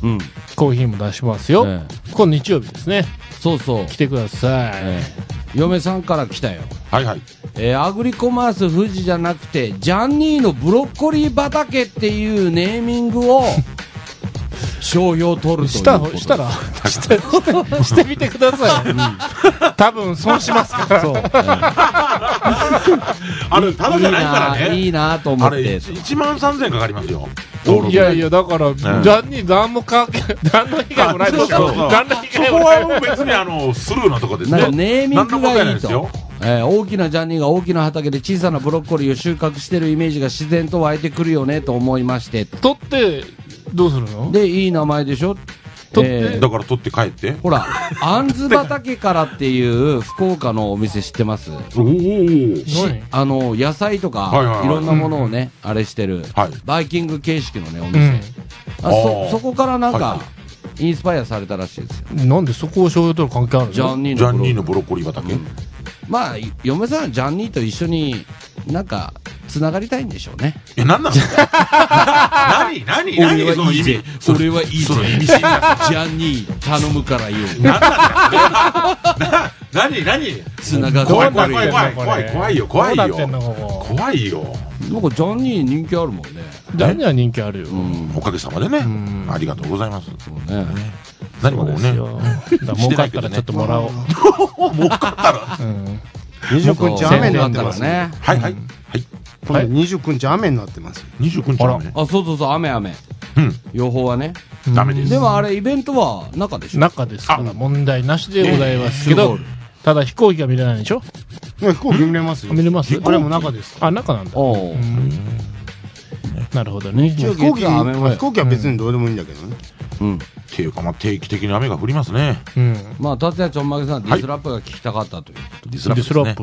[SPEAKER 3] うん。
[SPEAKER 1] コーヒーも出しますよ。
[SPEAKER 3] え
[SPEAKER 1] 今度日曜日ですね。
[SPEAKER 3] そうそう。
[SPEAKER 1] 来てください。
[SPEAKER 3] ええ嫁さんから来たよ。
[SPEAKER 2] はいはい。
[SPEAKER 3] えーアグリコマース富士じゃなくて、ジャンニーのブロッコリー畑っていうネーミングを、商標取るということです
[SPEAKER 1] した、したら、して、 してしてみてください。多分損しますから。
[SPEAKER 3] そう。
[SPEAKER 2] あれ、ただじゃないからね。
[SPEAKER 3] いいないいなと思
[SPEAKER 2] あ
[SPEAKER 3] っ
[SPEAKER 2] れ、
[SPEAKER 3] て。
[SPEAKER 2] 1万3000円かかりますよ。
[SPEAKER 1] いやいや、だから、
[SPEAKER 2] ん
[SPEAKER 1] 何に何も関係、何の被害もないでしょ。
[SPEAKER 2] そうそうそう
[SPEAKER 1] 何の被
[SPEAKER 2] そ
[SPEAKER 1] 害
[SPEAKER 2] こ
[SPEAKER 1] もない。
[SPEAKER 2] はもう別にあの、スルーなとこです
[SPEAKER 3] なん
[SPEAKER 2] ね
[SPEAKER 3] か。ネーミング
[SPEAKER 2] 何の問題
[SPEAKER 3] が
[SPEAKER 2] ない
[SPEAKER 3] い
[SPEAKER 2] です
[SPEAKER 3] と
[SPEAKER 2] よ。
[SPEAKER 3] えー大きなジャンニーが大きな畑で小さなブロッコリーを収穫してるイメージが自然と湧いてくるよねと思いまして。
[SPEAKER 1] 取って、どうするの
[SPEAKER 3] で、いい名前でしょ
[SPEAKER 1] 取って
[SPEAKER 3] えー
[SPEAKER 2] だから取って帰って。
[SPEAKER 3] ほら、あんず畑からっていう福岡のお店知ってます
[SPEAKER 2] おー
[SPEAKER 3] し
[SPEAKER 1] 何
[SPEAKER 3] あの、野菜とか、
[SPEAKER 2] はいいはいはい
[SPEAKER 3] ろんなものをね、あれしてる、
[SPEAKER 2] はい
[SPEAKER 3] バイキング形式のね、
[SPEAKER 1] う
[SPEAKER 3] お店。
[SPEAKER 1] ん。
[SPEAKER 3] あ
[SPEAKER 2] あ
[SPEAKER 3] そ、
[SPEAKER 2] ー
[SPEAKER 3] そこからなんか、
[SPEAKER 2] はいは
[SPEAKER 3] インスパイアされたらしいですよ。
[SPEAKER 1] なんでそこを醤油と関係あるの
[SPEAKER 3] ジャンニーの
[SPEAKER 2] ジ
[SPEAKER 3] ブロ
[SPEAKER 2] ャン
[SPEAKER 3] ッコリ
[SPEAKER 2] ニー
[SPEAKER 3] ー。
[SPEAKER 2] のブロッコリー畑。
[SPEAKER 3] まあ、嫁さんはジャンニーと一緒に、なんか、つながりたいんでしょうね。
[SPEAKER 2] え、なんなの何何何その意味。それ
[SPEAKER 3] はいい
[SPEAKER 2] その意味
[SPEAKER 3] ジャンニー、頼むからよ。
[SPEAKER 2] 何何
[SPEAKER 3] つなが
[SPEAKER 2] 怖い
[SPEAKER 1] どうな
[SPEAKER 2] 怖
[SPEAKER 1] っ
[SPEAKER 2] い
[SPEAKER 1] てん
[SPEAKER 2] 怖
[SPEAKER 1] のこれ
[SPEAKER 2] い怖い怖い怖い
[SPEAKER 1] ど
[SPEAKER 2] よ怖
[SPEAKER 1] う
[SPEAKER 2] い
[SPEAKER 1] なってんの
[SPEAKER 2] よ。
[SPEAKER 1] ここ。
[SPEAKER 2] 怖いよ。
[SPEAKER 3] なんかジャンニー人気あるもんね。
[SPEAKER 1] ジャンニーは人気あるよ。
[SPEAKER 2] おかげさまでね
[SPEAKER 1] ん。
[SPEAKER 2] ありがとうございます。
[SPEAKER 3] ね
[SPEAKER 2] 何
[SPEAKER 1] そう
[SPEAKER 2] も
[SPEAKER 1] です
[SPEAKER 2] ね。
[SPEAKER 1] よ。だから儲かったらちょっともらおう。
[SPEAKER 2] 儲かったら。
[SPEAKER 1] うん。
[SPEAKER 4] 29日雨になってます。
[SPEAKER 3] ね。
[SPEAKER 2] はいはい。はい。
[SPEAKER 4] 今度29日雨になってます。
[SPEAKER 2] 29日はね。
[SPEAKER 3] あ、そうそうそう、雨雨。
[SPEAKER 2] うん。
[SPEAKER 3] 予報はね。
[SPEAKER 2] ダメです
[SPEAKER 3] で。もあれ、イベントは中でしょ
[SPEAKER 1] 中ですから問題なしでございますけ
[SPEAKER 3] う
[SPEAKER 1] ど
[SPEAKER 3] ん、
[SPEAKER 1] ただ飛行機が見れないでしょ
[SPEAKER 4] いや飛行機見れますよ。
[SPEAKER 1] 見れます
[SPEAKER 4] あれも中です。
[SPEAKER 1] あ、中なんだ。
[SPEAKER 3] おう
[SPEAKER 1] うんなるほどね。
[SPEAKER 3] 一応
[SPEAKER 4] 飛行機
[SPEAKER 3] 月は雨模様
[SPEAKER 4] 飛行機は別にどうでもいいんだけどね。
[SPEAKER 3] うん。
[SPEAKER 2] っていうか、まあ、定期的に雨が降りますね。
[SPEAKER 1] うん。
[SPEAKER 3] まあ、達也ちょんまげさん、デ
[SPEAKER 2] はい
[SPEAKER 3] ィスラップが聞きたかったという。
[SPEAKER 2] ディス
[SPEAKER 1] デ
[SPEAKER 2] ラ
[SPEAKER 1] ィ
[SPEAKER 2] ップ
[SPEAKER 1] スラッ
[SPEAKER 2] ね。
[SPEAKER 1] プ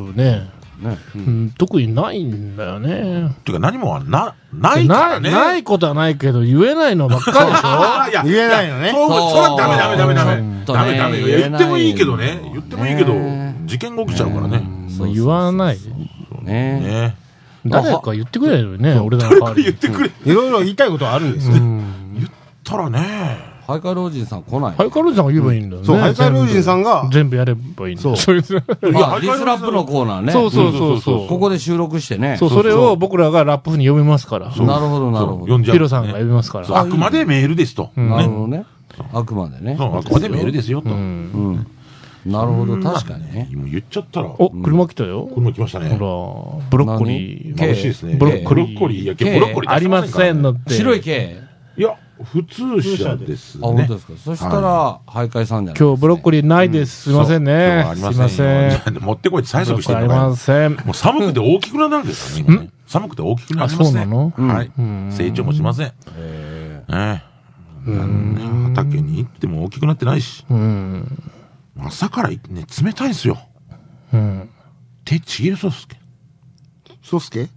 [SPEAKER 1] ね。
[SPEAKER 3] ね。
[SPEAKER 1] うん、特にないんだよね。
[SPEAKER 2] っていうか、何もはな、ないか
[SPEAKER 1] な
[SPEAKER 2] ら
[SPEAKER 1] い、
[SPEAKER 2] ね。
[SPEAKER 1] ないことはないけど、言えないのばっか
[SPEAKER 2] あーいや
[SPEAKER 4] 言えないよね
[SPEAKER 2] そう、
[SPEAKER 3] そう
[SPEAKER 2] それはダメダメダメダメ
[SPEAKER 1] うん。
[SPEAKER 2] ダメダメ。いや言ってもいいけどね。
[SPEAKER 3] 言えないよ
[SPEAKER 2] 言ってもいいけど
[SPEAKER 3] ね、
[SPEAKER 2] 事件が起きちゃうから
[SPEAKER 1] で
[SPEAKER 2] ね。
[SPEAKER 1] し
[SPEAKER 3] そ
[SPEAKER 1] ょ
[SPEAKER 3] うそうそう
[SPEAKER 1] もう言わない。
[SPEAKER 3] ね
[SPEAKER 2] ね
[SPEAKER 1] 誰か言ってくれるよね、俺らの代わり
[SPEAKER 2] 言っ
[SPEAKER 1] に。
[SPEAKER 2] てくれ
[SPEAKER 4] いろいろ言いたいことはあるんですよ。
[SPEAKER 2] たらね。
[SPEAKER 3] ハイカイ老人さん来ない。
[SPEAKER 1] ハイカルージンさんが言えばいいんだよね。
[SPEAKER 4] そう、ハイカイ老人さん
[SPEAKER 1] が。
[SPEAKER 4] が、
[SPEAKER 1] 全部やればいいんだよ。
[SPEAKER 4] そ
[SPEAKER 1] そうそう
[SPEAKER 3] い
[SPEAKER 2] ま
[SPEAKER 3] や、
[SPEAKER 2] あ
[SPEAKER 3] ディスラップのコーナーね。
[SPEAKER 1] そうそうそう。
[SPEAKER 3] ここで収録してね。
[SPEAKER 1] そう、それを僕らがラップ風に読みますから。
[SPEAKER 3] なるほど、なる
[SPEAKER 2] そう
[SPEAKER 3] ほ
[SPEAKER 2] 呼
[SPEAKER 3] ど。
[SPEAKER 2] んじゃう。
[SPEAKER 1] ヒロさんが読みますか
[SPEAKER 2] そうあ
[SPEAKER 1] ら。
[SPEAKER 2] くまでメールですと。
[SPEAKER 1] ん
[SPEAKER 3] なる
[SPEAKER 2] ね。
[SPEAKER 3] ほどね。あくまでね。
[SPEAKER 2] そうあくまでメールですよと。
[SPEAKER 1] う
[SPEAKER 2] も
[SPEAKER 1] ん。
[SPEAKER 3] うん。なるほど、確かにね。
[SPEAKER 2] う言っちゃったら、
[SPEAKER 1] お、
[SPEAKER 2] こ
[SPEAKER 1] 車来たよ。
[SPEAKER 2] れも来ましたね。
[SPEAKER 1] ほら、ブロッコリ
[SPEAKER 3] 何
[SPEAKER 1] ー。
[SPEAKER 2] 眩しいですね。
[SPEAKER 1] ブロッコリー
[SPEAKER 2] ブロッコリー。いや、ブロッコリー
[SPEAKER 1] ありませんの
[SPEAKER 2] の。
[SPEAKER 1] って。
[SPEAKER 3] 白い系
[SPEAKER 2] いや、普通車です
[SPEAKER 3] あ、本
[SPEAKER 2] ね
[SPEAKER 3] 当で。すか。そしたら、ハイカイさんじゃない
[SPEAKER 1] 今日ブロッコリーないです。すいません
[SPEAKER 2] 今
[SPEAKER 1] ね
[SPEAKER 2] 日はあ。
[SPEAKER 1] す
[SPEAKER 2] り
[SPEAKER 1] いま
[SPEAKER 2] ま
[SPEAKER 1] せ
[SPEAKER 2] せん
[SPEAKER 1] ん
[SPEAKER 2] よ。。持ってこいって催促して
[SPEAKER 1] あ
[SPEAKER 2] る
[SPEAKER 1] り
[SPEAKER 2] のかよ
[SPEAKER 1] ません。
[SPEAKER 2] もう寒くて大きくなるんですよね、今ね。寒くて大きくなりますね。
[SPEAKER 1] あそうなの
[SPEAKER 2] はい。成長もしません。ねえ畑に行っても大きくなってないし、
[SPEAKER 1] うん。
[SPEAKER 2] 朝から行ってね、冷たいんすよ。
[SPEAKER 1] うん。
[SPEAKER 2] 手ちぎれそうっすけど。
[SPEAKER 7] ソース ケ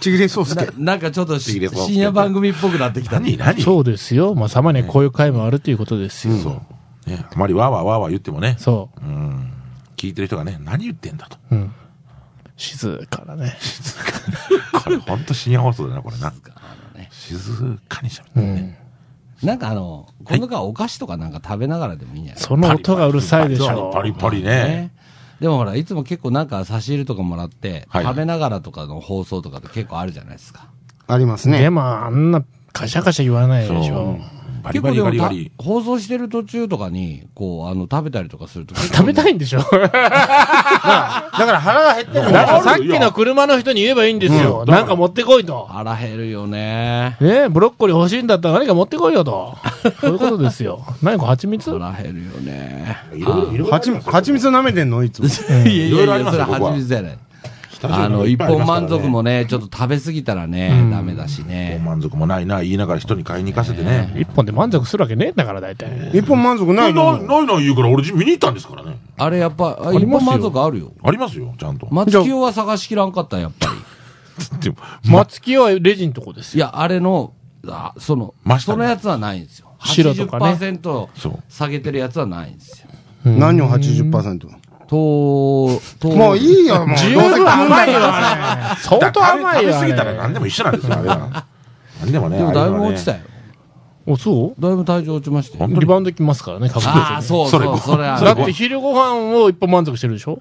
[SPEAKER 7] ちぎれソースケ
[SPEAKER 3] ななんかちょっと
[SPEAKER 2] い
[SPEAKER 3] し
[SPEAKER 2] いです
[SPEAKER 3] 深夜番組っぽくなってきたね。
[SPEAKER 2] 何何
[SPEAKER 1] そうですよ。まあ、さまにこういう回もあるということですよ。
[SPEAKER 2] そう。ね、あまりわーわーわーわー言ってもね、
[SPEAKER 1] そ
[SPEAKER 2] うん。聞いてる人がね、何言ってんだと。
[SPEAKER 1] う。うん。静かだね。
[SPEAKER 2] これほんと深夜放送だな、これな。静かにしゃべって
[SPEAKER 1] う
[SPEAKER 2] るね。
[SPEAKER 1] ん。
[SPEAKER 3] なんかあの、今度からお菓子とかなんか食べながらでもいいんじゃない
[SPEAKER 1] その音がうるさいでしょ
[SPEAKER 2] パ。リパリね。
[SPEAKER 3] ねでもほら、いつも結構なんか差し入れとかもらって、
[SPEAKER 2] はいはい
[SPEAKER 3] 食べながらとかの放送とかって結構あるじゃないですか。
[SPEAKER 7] あります
[SPEAKER 1] で
[SPEAKER 7] ね。
[SPEAKER 1] も、あんな、カシャカシャ言わないでしょ。
[SPEAKER 2] バリバリバリバリ
[SPEAKER 3] 結。構でもた放送してる途中とかに、こう、あの、食べたりとかすると
[SPEAKER 1] 食べた
[SPEAKER 3] い
[SPEAKER 1] いんで しょ
[SPEAKER 4] だから腹が減ってる
[SPEAKER 1] だからさっきの車の人に言えばいいんですよ。なんか持ってこいと。
[SPEAKER 3] 腹減るよね。
[SPEAKER 1] ねえ、ブロッコリー欲しいんだったら何か持ってこいよと。そういうことですよ。何か蜂蜜
[SPEAKER 3] 腹減るよね。
[SPEAKER 2] いろいろいろいろ
[SPEAKER 4] はちみつ舐めてんのいつも。
[SPEAKER 3] いやい
[SPEAKER 2] いろいろあ
[SPEAKER 3] やい
[SPEAKER 2] り
[SPEAKER 3] や、
[SPEAKER 2] ま
[SPEAKER 3] そ
[SPEAKER 2] すよ
[SPEAKER 3] れ初めてじゃない。あの、
[SPEAKER 2] いっ
[SPEAKER 3] 一
[SPEAKER 2] ぱいあり
[SPEAKER 3] 本
[SPEAKER 2] ますからね
[SPEAKER 3] 満足もね、ちょっと食べ過ぎたらね、ダメだし
[SPEAKER 2] 一
[SPEAKER 3] ね
[SPEAKER 2] 本。満足もないな、言いながら人に買いに行かせてね。
[SPEAKER 1] 一本で満足するわけねえんだから、大体。
[SPEAKER 4] 一本満足な
[SPEAKER 2] ないいな
[SPEAKER 4] の
[SPEAKER 2] いない言うから、俺見に行ったんですからね。
[SPEAKER 3] あれやっぱ、あ
[SPEAKER 1] り
[SPEAKER 3] 一
[SPEAKER 1] ますよ
[SPEAKER 3] 本満足あるよ。
[SPEAKER 2] ありますよ、ちゃんと。
[SPEAKER 3] 松清は探しきらんかった、やっぱり。
[SPEAKER 2] でも
[SPEAKER 1] 松木はレジのとこです
[SPEAKER 3] い
[SPEAKER 1] よ。
[SPEAKER 3] や、あれの、あその
[SPEAKER 2] 真、下
[SPEAKER 3] そ
[SPEAKER 2] に
[SPEAKER 3] のやつはないんですよ。
[SPEAKER 1] 白とかね
[SPEAKER 3] 80%
[SPEAKER 2] そう
[SPEAKER 3] 下げてるやつはないんですよ。
[SPEAKER 7] 何を80%。
[SPEAKER 3] と、と、
[SPEAKER 7] もういいよ、もう。
[SPEAKER 1] 十
[SPEAKER 7] どうせ食
[SPEAKER 1] 分
[SPEAKER 7] うんだ
[SPEAKER 1] 甘い
[SPEAKER 7] か
[SPEAKER 1] よ、
[SPEAKER 7] ら
[SPEAKER 1] あれ。 相当甘い
[SPEAKER 2] 食べ
[SPEAKER 1] よ。あ
[SPEAKER 2] 過
[SPEAKER 1] れ
[SPEAKER 2] ぎたら何でも一緒なんですよ、あれは。何でもね。
[SPEAKER 3] でもだいぶ
[SPEAKER 2] あれはね
[SPEAKER 3] 落ちたよ。
[SPEAKER 1] お、そ
[SPEAKER 3] だいぶ体重落ちましたよ。
[SPEAKER 2] 本当
[SPEAKER 1] リ
[SPEAKER 2] に
[SPEAKER 1] バウンドきますからね、確
[SPEAKER 3] あ
[SPEAKER 1] 実
[SPEAKER 3] あ、
[SPEAKER 1] に。
[SPEAKER 3] そう
[SPEAKER 2] それ
[SPEAKER 3] そう、それあ
[SPEAKER 1] だ
[SPEAKER 3] る。
[SPEAKER 1] って昼ご飯を一本満足してるでしょ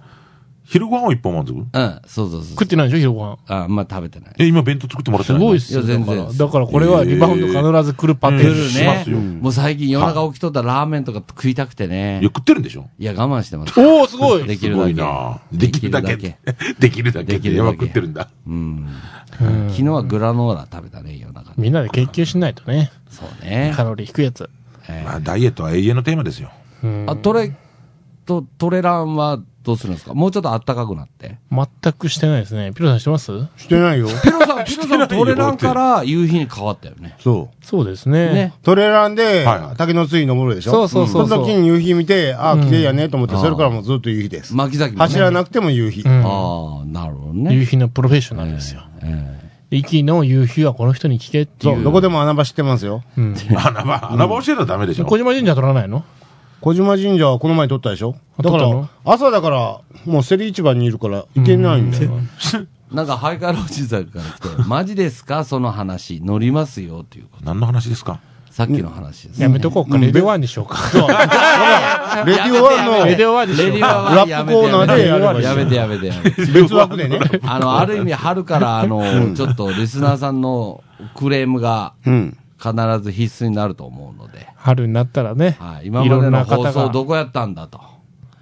[SPEAKER 2] 昼ご飯を一本満足
[SPEAKER 3] うん、そうそうそう
[SPEAKER 1] 食。ってないでしょ、昼ご飯。
[SPEAKER 3] ああんま食べてない。
[SPEAKER 2] え、今弁当作ってもらって
[SPEAKER 1] す
[SPEAKER 2] ない
[SPEAKER 1] ごいっ
[SPEAKER 2] っ
[SPEAKER 1] すよ。
[SPEAKER 3] いや
[SPEAKER 1] だ
[SPEAKER 3] 全
[SPEAKER 1] か
[SPEAKER 3] 然
[SPEAKER 1] ら、だからこれはリバウンド必ず来るパターン
[SPEAKER 2] えー
[SPEAKER 1] で
[SPEAKER 3] 来
[SPEAKER 1] す
[SPEAKER 3] る
[SPEAKER 2] しますよ
[SPEAKER 3] ね。もう最近夜中起きとったらラーメンとか食いたくてね
[SPEAKER 2] いや、。食ってるんでしょ
[SPEAKER 3] いや、我慢してます。
[SPEAKER 1] おお、すごい。
[SPEAKER 3] でき
[SPEAKER 2] す
[SPEAKER 3] る
[SPEAKER 2] ごい
[SPEAKER 3] だ
[SPEAKER 2] な
[SPEAKER 3] け。
[SPEAKER 2] できるだけ。できるだけ。で
[SPEAKER 3] でき
[SPEAKER 2] き
[SPEAKER 3] る
[SPEAKER 2] るだ
[SPEAKER 3] だけ
[SPEAKER 2] け。食ってるんだ。
[SPEAKER 3] うん。昨日はグラノーラ食べたね、夜中に。
[SPEAKER 1] みんなで研究しないとね。
[SPEAKER 3] そうね。
[SPEAKER 1] カロリー低いやつ。
[SPEAKER 3] え
[SPEAKER 2] まあ、ダイエットは永遠のテーマで すよ。
[SPEAKER 1] うん
[SPEAKER 3] ーあ、トレ、と、トレランはどうするんですかもうちょっと暖かくなって。
[SPEAKER 1] 全くしてないですね。ピロさんしてます
[SPEAKER 4] してないよ。
[SPEAKER 3] ピロさん、ピロさんトレランから夕日に変わったよね。
[SPEAKER 4] そう。
[SPEAKER 1] そうですね。
[SPEAKER 3] ね。
[SPEAKER 4] トレーラン
[SPEAKER 2] は
[SPEAKER 4] で
[SPEAKER 2] いはい
[SPEAKER 4] 竹のつり登るでしょ
[SPEAKER 1] そうそうそうそう
[SPEAKER 4] の時に夕日見て、ああ、綺麗やねと思って、それからもうずっと夕日です。
[SPEAKER 3] 巻き崎もね。
[SPEAKER 4] 走らなくても夕日
[SPEAKER 1] う。ん
[SPEAKER 3] ああ、なるほど
[SPEAKER 1] 夕
[SPEAKER 3] ね。
[SPEAKER 1] 日のプロフェッショナルですよ。
[SPEAKER 3] え
[SPEAKER 1] 息の夕日はこの人に聞けって
[SPEAKER 4] そ、
[SPEAKER 1] いうう。
[SPEAKER 4] どこでも穴場知ってますよ。
[SPEAKER 1] うん
[SPEAKER 2] 穴場、穴場教えたらダメでしょ。
[SPEAKER 1] 小島神社取らないの
[SPEAKER 4] 小島神社はこの前撮ったでしょ
[SPEAKER 1] あ
[SPEAKER 4] だか
[SPEAKER 1] 撮っ
[SPEAKER 4] ら、朝だから、もうセリ市場にいるから、行けないんだよ。
[SPEAKER 3] えなんか、ハイカラおじさんから来て、マジですかその話、乗りますよ、っていうこと。
[SPEAKER 2] 何の話ですか
[SPEAKER 3] さっきの話です。
[SPEAKER 1] やめとこうか。レディオワンにしようか。
[SPEAKER 4] レディオワン
[SPEAKER 3] やめ
[SPEAKER 1] レ
[SPEAKER 3] て
[SPEAKER 1] ディ
[SPEAKER 4] の
[SPEAKER 1] オワンにし
[SPEAKER 3] レ
[SPEAKER 1] よう
[SPEAKER 3] ディ
[SPEAKER 1] か。
[SPEAKER 3] アはやめて
[SPEAKER 4] ラップコーナーで
[SPEAKER 3] や
[SPEAKER 4] やれば
[SPEAKER 3] め
[SPEAKER 4] い
[SPEAKER 3] て
[SPEAKER 4] い
[SPEAKER 3] やめてやめてやめて。
[SPEAKER 4] 別枠でね。
[SPEAKER 3] あの、ある意味、春から、あの、ちょっと、リスナーさんのクレームが、
[SPEAKER 7] うん。
[SPEAKER 3] 必ず必須になると思うので、
[SPEAKER 1] 春になったらね。
[SPEAKER 3] はい、今までの放送ど
[SPEAKER 1] ど、
[SPEAKER 3] こやったんだと。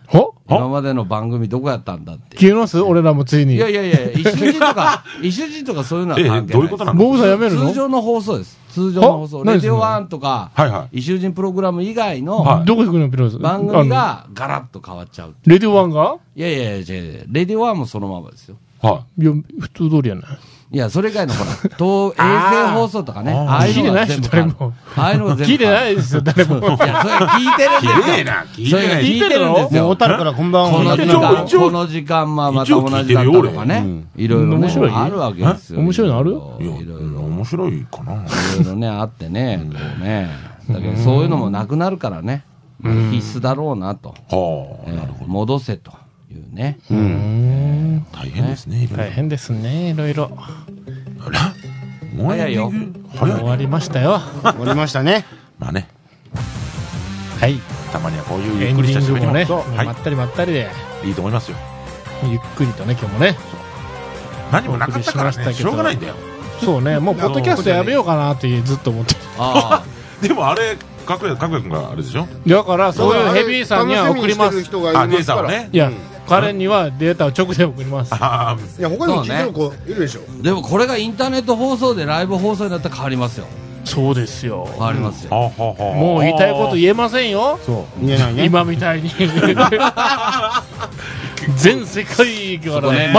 [SPEAKER 1] ほ
[SPEAKER 2] あ
[SPEAKER 3] 今までの番組どこやったんだって。
[SPEAKER 1] 消えます俺らもついに
[SPEAKER 3] いや。いやいや、一種人とか、一種人とかそういうの は
[SPEAKER 2] ええ
[SPEAKER 3] 関係ないです。
[SPEAKER 2] どういうことなの
[SPEAKER 1] ボブさんやめるの
[SPEAKER 3] 通常の放送です。通常の放送。
[SPEAKER 1] は
[SPEAKER 3] レディオワンとか、
[SPEAKER 2] はいはい
[SPEAKER 3] 異人プログラム以外
[SPEAKER 2] は
[SPEAKER 3] の
[SPEAKER 2] い
[SPEAKER 1] どこ行くのピロさん。
[SPEAKER 3] 番組
[SPEAKER 1] あの。
[SPEAKER 3] がガラッと変わっちゃう。
[SPEAKER 1] レディオワンが
[SPEAKER 3] いやいやいやいや、レディオワンもそのままですよ。
[SPEAKER 2] はい
[SPEAKER 1] や、普通通りやない。
[SPEAKER 3] いや、それ以外のほら、東衛星放送とかね、ああいうのが全部
[SPEAKER 1] 聞いてないで
[SPEAKER 3] 変わ
[SPEAKER 1] しょ
[SPEAKER 3] る。ああいうのが全部
[SPEAKER 1] 聞いて
[SPEAKER 3] 変わ
[SPEAKER 1] な
[SPEAKER 3] る。
[SPEAKER 1] いですよ、誰も。
[SPEAKER 3] いや、それ聞いてる
[SPEAKER 2] い。
[SPEAKER 3] んですよ。
[SPEAKER 2] 綺麗な、聞い
[SPEAKER 3] そ
[SPEAKER 2] て
[SPEAKER 3] れ
[SPEAKER 2] ない。
[SPEAKER 3] 聞いてるんです
[SPEAKER 4] もう
[SPEAKER 3] よ
[SPEAKER 4] 小。樽からこんばん
[SPEAKER 3] こ
[SPEAKER 4] は
[SPEAKER 3] の。時間、
[SPEAKER 2] 一応
[SPEAKER 3] この時間はまた
[SPEAKER 2] 一応
[SPEAKER 3] 同
[SPEAKER 2] 聞い
[SPEAKER 3] じ
[SPEAKER 2] て
[SPEAKER 3] だ
[SPEAKER 2] る
[SPEAKER 3] っ
[SPEAKER 2] よ
[SPEAKER 3] たとかね。いろいろね
[SPEAKER 1] 面白い
[SPEAKER 3] あるわけですよ。
[SPEAKER 1] え面白いのある
[SPEAKER 2] いや
[SPEAKER 3] いろいろ。
[SPEAKER 2] 面白いかな。
[SPEAKER 3] いろいろね、あってね、こうね。だけど、そういうのもなくなるからね。まあ必須だろうなと。
[SPEAKER 2] は
[SPEAKER 3] えー戻せというね。
[SPEAKER 2] あ、大変ですね、いろい
[SPEAKER 1] 大変ですね、いろいろ。
[SPEAKER 2] ろ。あらもうエンディング早い
[SPEAKER 1] 終
[SPEAKER 2] ね。
[SPEAKER 1] わりましたよ。
[SPEAKER 4] 終わりましたね。
[SPEAKER 2] まあね、
[SPEAKER 1] はい。
[SPEAKER 2] たまにはこういうゆ
[SPEAKER 1] エ
[SPEAKER 2] っ
[SPEAKER 1] ン
[SPEAKER 2] く
[SPEAKER 1] デ
[SPEAKER 2] りし
[SPEAKER 1] ィ
[SPEAKER 2] た
[SPEAKER 1] ング
[SPEAKER 2] 喋り
[SPEAKER 1] も
[SPEAKER 2] も
[SPEAKER 1] ね、ま
[SPEAKER 2] は
[SPEAKER 1] ったりまったりで、
[SPEAKER 2] い、いいと思いますよ。
[SPEAKER 1] ゆっくりとね、今日もね。
[SPEAKER 2] 何もなかったから
[SPEAKER 1] お送りしましたけ
[SPEAKER 2] ね、
[SPEAKER 1] ど
[SPEAKER 2] しょうがないんだよ。
[SPEAKER 1] そうね、もうポッドキャストやめようかなってずっと思って
[SPEAKER 3] あ
[SPEAKER 2] でもあれ、かくや、かくやくんがあれでしょ
[SPEAKER 1] だから、そういうヘビーさんには送りま
[SPEAKER 7] 楽しみに
[SPEAKER 1] す
[SPEAKER 7] し。てる人が
[SPEAKER 2] あ、
[SPEAKER 7] い
[SPEAKER 2] デ
[SPEAKER 7] ま
[SPEAKER 2] ー
[SPEAKER 7] すか
[SPEAKER 2] タを
[SPEAKER 7] ら。
[SPEAKER 2] ね
[SPEAKER 1] い。や、彼にはデータを直で送ります。
[SPEAKER 2] あ
[SPEAKER 7] いや、他にも聞いてる子いるでしょ。
[SPEAKER 3] あ。でもこれがインターネット放送でライブ放送になったら変わりますよ。
[SPEAKER 1] そうですよ。
[SPEAKER 3] 変わります
[SPEAKER 2] あ、
[SPEAKER 3] よ。
[SPEAKER 2] はあはあはあ
[SPEAKER 1] もう言いたいこと言えませんよ。
[SPEAKER 4] そう。言えないね。
[SPEAKER 1] 今みたいに。全世界から
[SPEAKER 3] ここね
[SPEAKER 1] ね。